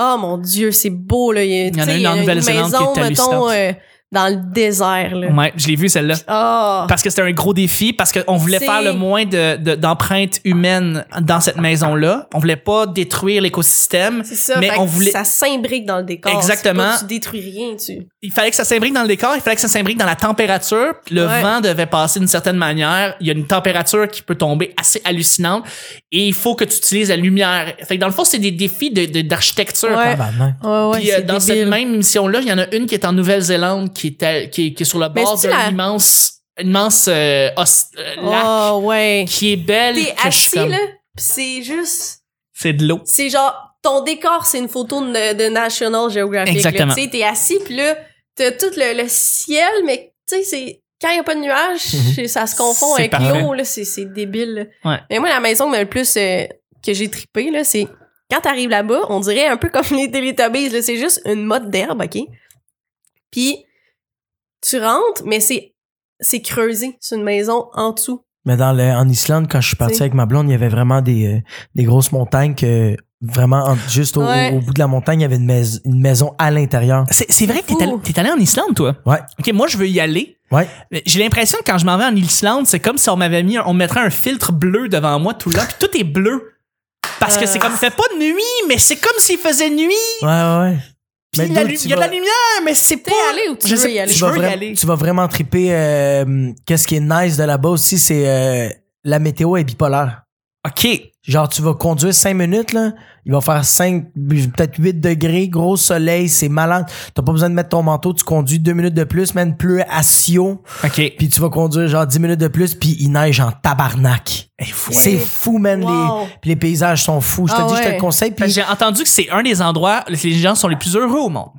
[SPEAKER 2] oh mon Dieu, c'est beau, là. Il y a, tu
[SPEAKER 1] en a
[SPEAKER 2] sais,
[SPEAKER 1] une
[SPEAKER 2] il
[SPEAKER 1] en Nouvelle-Zélande qui est
[SPEAKER 2] maison, mettons,
[SPEAKER 1] hallucinante.
[SPEAKER 2] euh, dans le désert, là.
[SPEAKER 1] Ouais, je l'ai vu celle-là.
[SPEAKER 2] Ah!
[SPEAKER 1] Parce que c'était un gros défi, parce qu'on voulait
[SPEAKER 2] C'est-
[SPEAKER 1] faire le moins de- de- d'empreintes humaines dans cette maison-là. On voulait pas détruire l'écosystème.
[SPEAKER 2] c'est ça,
[SPEAKER 1] mais
[SPEAKER 2] fait
[SPEAKER 1] on
[SPEAKER 2] que
[SPEAKER 1] voulait-
[SPEAKER 2] ça s'imbrique dans le décor.
[SPEAKER 1] Exactement.
[SPEAKER 2] C'est pas, tu détruis rien, tu.
[SPEAKER 1] Il fallait que ça s'imbrique dans le décor, il fallait que ça s'imbrique dans la température. Le
[SPEAKER 2] Ouais.
[SPEAKER 1] vent devait passer d'une certaine manière. Il y a une température qui peut tomber assez hallucinante. Et il faut que tu utilises la lumière. Fait que dans le fond, c'est des défis de- de- d'architecture.
[SPEAKER 2] Ouais.
[SPEAKER 3] Tabarnak.
[SPEAKER 2] Ah ouais,
[SPEAKER 1] Puis, euh,
[SPEAKER 2] c'est
[SPEAKER 1] dans cette
[SPEAKER 2] débile.
[SPEAKER 1] même émission-là, il y en a une qui est en Nouvelle-Zélande, qui est, à- qui, est- qui est sur le
[SPEAKER 2] Mais
[SPEAKER 1] bord
[SPEAKER 2] c'est-tu
[SPEAKER 1] d'un
[SPEAKER 2] la-
[SPEAKER 1] immense, immense euh, os- euh, lac
[SPEAKER 2] Oh, ouais.
[SPEAKER 1] qui est belle.
[SPEAKER 2] T'es
[SPEAKER 1] que je suis
[SPEAKER 2] assis,
[SPEAKER 1] comme,
[SPEAKER 2] là, pis c'est juste.
[SPEAKER 1] C'est de l'eau.
[SPEAKER 2] C'est genre, ton décor, c'est une photo de, de National Geographic.
[SPEAKER 1] Exactement.
[SPEAKER 2] là. Tu sais, t'es assis, pis là, t'as tout le, le ciel, mais tu sais, c'est. Quand il n'y a pas de nuages, c'est- ça se confond
[SPEAKER 1] Mhm. C'est
[SPEAKER 2] avec
[SPEAKER 1] parfait.
[SPEAKER 2] l'eau, là, c'est c'est débile. là.
[SPEAKER 1] Ouais.
[SPEAKER 2] Mais moi, la maison qui m'a le plus euh, que j'ai trippé, là, c'est quand t'arrives là-bas, on dirait un peu comme les Teletubbies, là, c'est juste une motte d'herbe, OK? Puis tu rentres, mais c'est c'est creusé, c'est une maison en dessous.
[SPEAKER 3] Mais dans le, en Islande, quand je suis parti
[SPEAKER 2] T'sais.
[SPEAKER 3] avec ma blonde, il y avait vraiment des, euh, des grosses montagnes que vraiment en- juste au,
[SPEAKER 2] Ouais.
[SPEAKER 3] au bout de la montagne, il y avait une, mais- une maison à l'intérieur.
[SPEAKER 1] C'est c'est vrai que
[SPEAKER 2] Fou.
[SPEAKER 1] t'es allé, t'es allé en Islande, toi.
[SPEAKER 3] Ouais.
[SPEAKER 1] OK, moi, je veux y aller.
[SPEAKER 3] Ouais.
[SPEAKER 1] Mais J'ai l'impression que quand je m'en vais en Islande, c'est comme si on m'avait mis, un- on mettrait un filtre bleu devant moi tout le temps, puis tout est bleu. Parce que
[SPEAKER 2] Euh.
[SPEAKER 1] c'est comme, il fait pas de nuit, mais c'est comme s'il faisait nuit.
[SPEAKER 3] Ouais, ouais, ouais.
[SPEAKER 1] Puis
[SPEAKER 3] Mais
[SPEAKER 1] la
[SPEAKER 3] d'où
[SPEAKER 1] lu-
[SPEAKER 3] tu
[SPEAKER 1] il y a de
[SPEAKER 3] vas-
[SPEAKER 1] la lumière, mais c'est
[SPEAKER 2] T'es
[SPEAKER 1] pas...
[SPEAKER 2] allé ou tu
[SPEAKER 1] je
[SPEAKER 2] veux
[SPEAKER 1] sais-
[SPEAKER 2] y aller?
[SPEAKER 1] je
[SPEAKER 3] tu, vas
[SPEAKER 1] veux y
[SPEAKER 3] vraiment-
[SPEAKER 1] aller.
[SPEAKER 3] tu vas vraiment triper. euh, Qu'est-ce qui est nice de là-bas aussi, c'est euh, la météo est bipolaire.
[SPEAKER 1] OK.
[SPEAKER 3] Genre, tu vas conduire 5 minutes, là, il va faire 5, peut-être 8 degrés, gros soleil, c'est malade. T'as pas besoin de mettre ton manteau, tu conduis 2 minutes de plus, même plus à Sio,
[SPEAKER 1] OK.
[SPEAKER 3] puis tu vas conduire genre 10 minutes de plus, puis il neige en tabarnak.
[SPEAKER 1] Eh,
[SPEAKER 3] C'est fou, man.
[SPEAKER 2] Wow.
[SPEAKER 3] Les, puis les paysages sont fous. Je te
[SPEAKER 2] Ah
[SPEAKER 3] dis, je te
[SPEAKER 2] ouais.
[SPEAKER 3] le conseille. Puis,
[SPEAKER 1] Parce que J'ai entendu que c'est un des endroits où les gens sont les plus heureux au monde.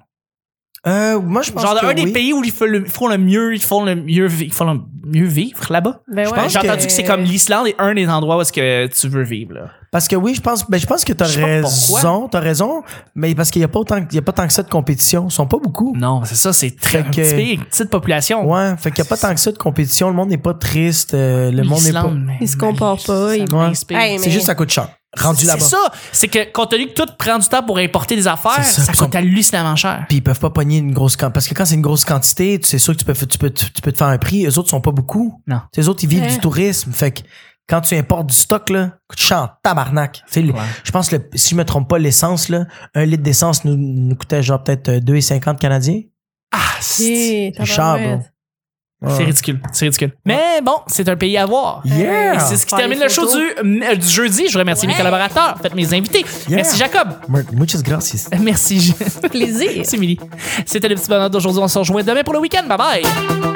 [SPEAKER 3] euh, moi, je pense
[SPEAKER 1] Genre
[SPEAKER 3] que
[SPEAKER 1] un
[SPEAKER 3] oui.
[SPEAKER 1] des pays où ils font le, font le mieux, ils font le mieux, vi- ils font le mieux vivre là-bas.
[SPEAKER 2] Ben
[SPEAKER 3] Je
[SPEAKER 2] ouais,
[SPEAKER 3] pense
[SPEAKER 1] J'ai entendu que c'est comme l'Islande est un des endroits où est-ce que tu veux vivre. Là.
[SPEAKER 3] Parce que oui, je pense, ben, je pense que t'as
[SPEAKER 1] Je sais pas
[SPEAKER 3] raison. T'as raison. Mais parce qu'il n'y a, pas autant- il y a pas tant que ça de compétition. Ils sont pas beaucoup.
[SPEAKER 1] Non, c'est ça, c'est très
[SPEAKER 3] Fait
[SPEAKER 1] un
[SPEAKER 3] que-
[SPEAKER 1] petit pays, une petite population.
[SPEAKER 3] Ouais. Fait qu'il n'y a pas tant que ça de compétition. Le monde n'est pas triste. euh, le monde n'est pas.
[SPEAKER 1] L'Islande, mais-
[SPEAKER 2] Ils se comparent pas,
[SPEAKER 1] ça
[SPEAKER 2] ils-
[SPEAKER 1] m'inspire.
[SPEAKER 2] Hey, mais-
[SPEAKER 3] C'est juste à coûte cher. Rendu
[SPEAKER 1] C'est
[SPEAKER 3] là-bas.
[SPEAKER 1] ça, c'est que compte tenu que tout prend du temps pour importer des affaires,
[SPEAKER 3] C'est ça,
[SPEAKER 1] ça,
[SPEAKER 3] puis
[SPEAKER 1] coûte
[SPEAKER 3] sont-
[SPEAKER 1] hallucinamment cher.
[SPEAKER 3] Puis ils peuvent pas pogner une grosse quantité. Parce que quand c'est une grosse quantité, tu- c'est sûr que tu peux, tu, peux, tu, tu peux te faire un prix. Eux autres sont pas beaucoup.
[SPEAKER 1] Non.
[SPEAKER 3] Les autres, ils vivent
[SPEAKER 2] Ouais.
[SPEAKER 3] du tourisme. Fait que quand tu importes du stock, là, coûte cher en tabarnak. Tu sais, le-
[SPEAKER 1] Ouais.
[SPEAKER 3] Je pense, le, si je me trompe pas, l'essence, là, un litre d'essence nous, nous coûtait genre peut-être euh, 2,50 Canadiens.
[SPEAKER 1] Ah, c'est
[SPEAKER 2] C'est
[SPEAKER 3] C'est cher, bro.
[SPEAKER 1] c'est
[SPEAKER 3] Ouais.
[SPEAKER 1] ridicule, c'est ridicule. Mais bon, c'est un pays à voir.
[SPEAKER 3] Yeah!
[SPEAKER 1] Et c'est ce qui
[SPEAKER 2] Faire
[SPEAKER 1] termine
[SPEAKER 2] les
[SPEAKER 1] le show
[SPEAKER 2] photos.
[SPEAKER 1] du, euh, du jeudi. Je remercie mes
[SPEAKER 2] Ouais.
[SPEAKER 1] collaborateurs, faites mes invités.
[SPEAKER 3] Yeah.
[SPEAKER 1] Merci Jacob.
[SPEAKER 3] Muchas gracias.
[SPEAKER 1] Merci. Jean.
[SPEAKER 2] Plaisir.
[SPEAKER 1] Merci Émilie. C'était le petit bonheur d'aujourd'hui. On se rejoint demain pour le week-end. Bye bye.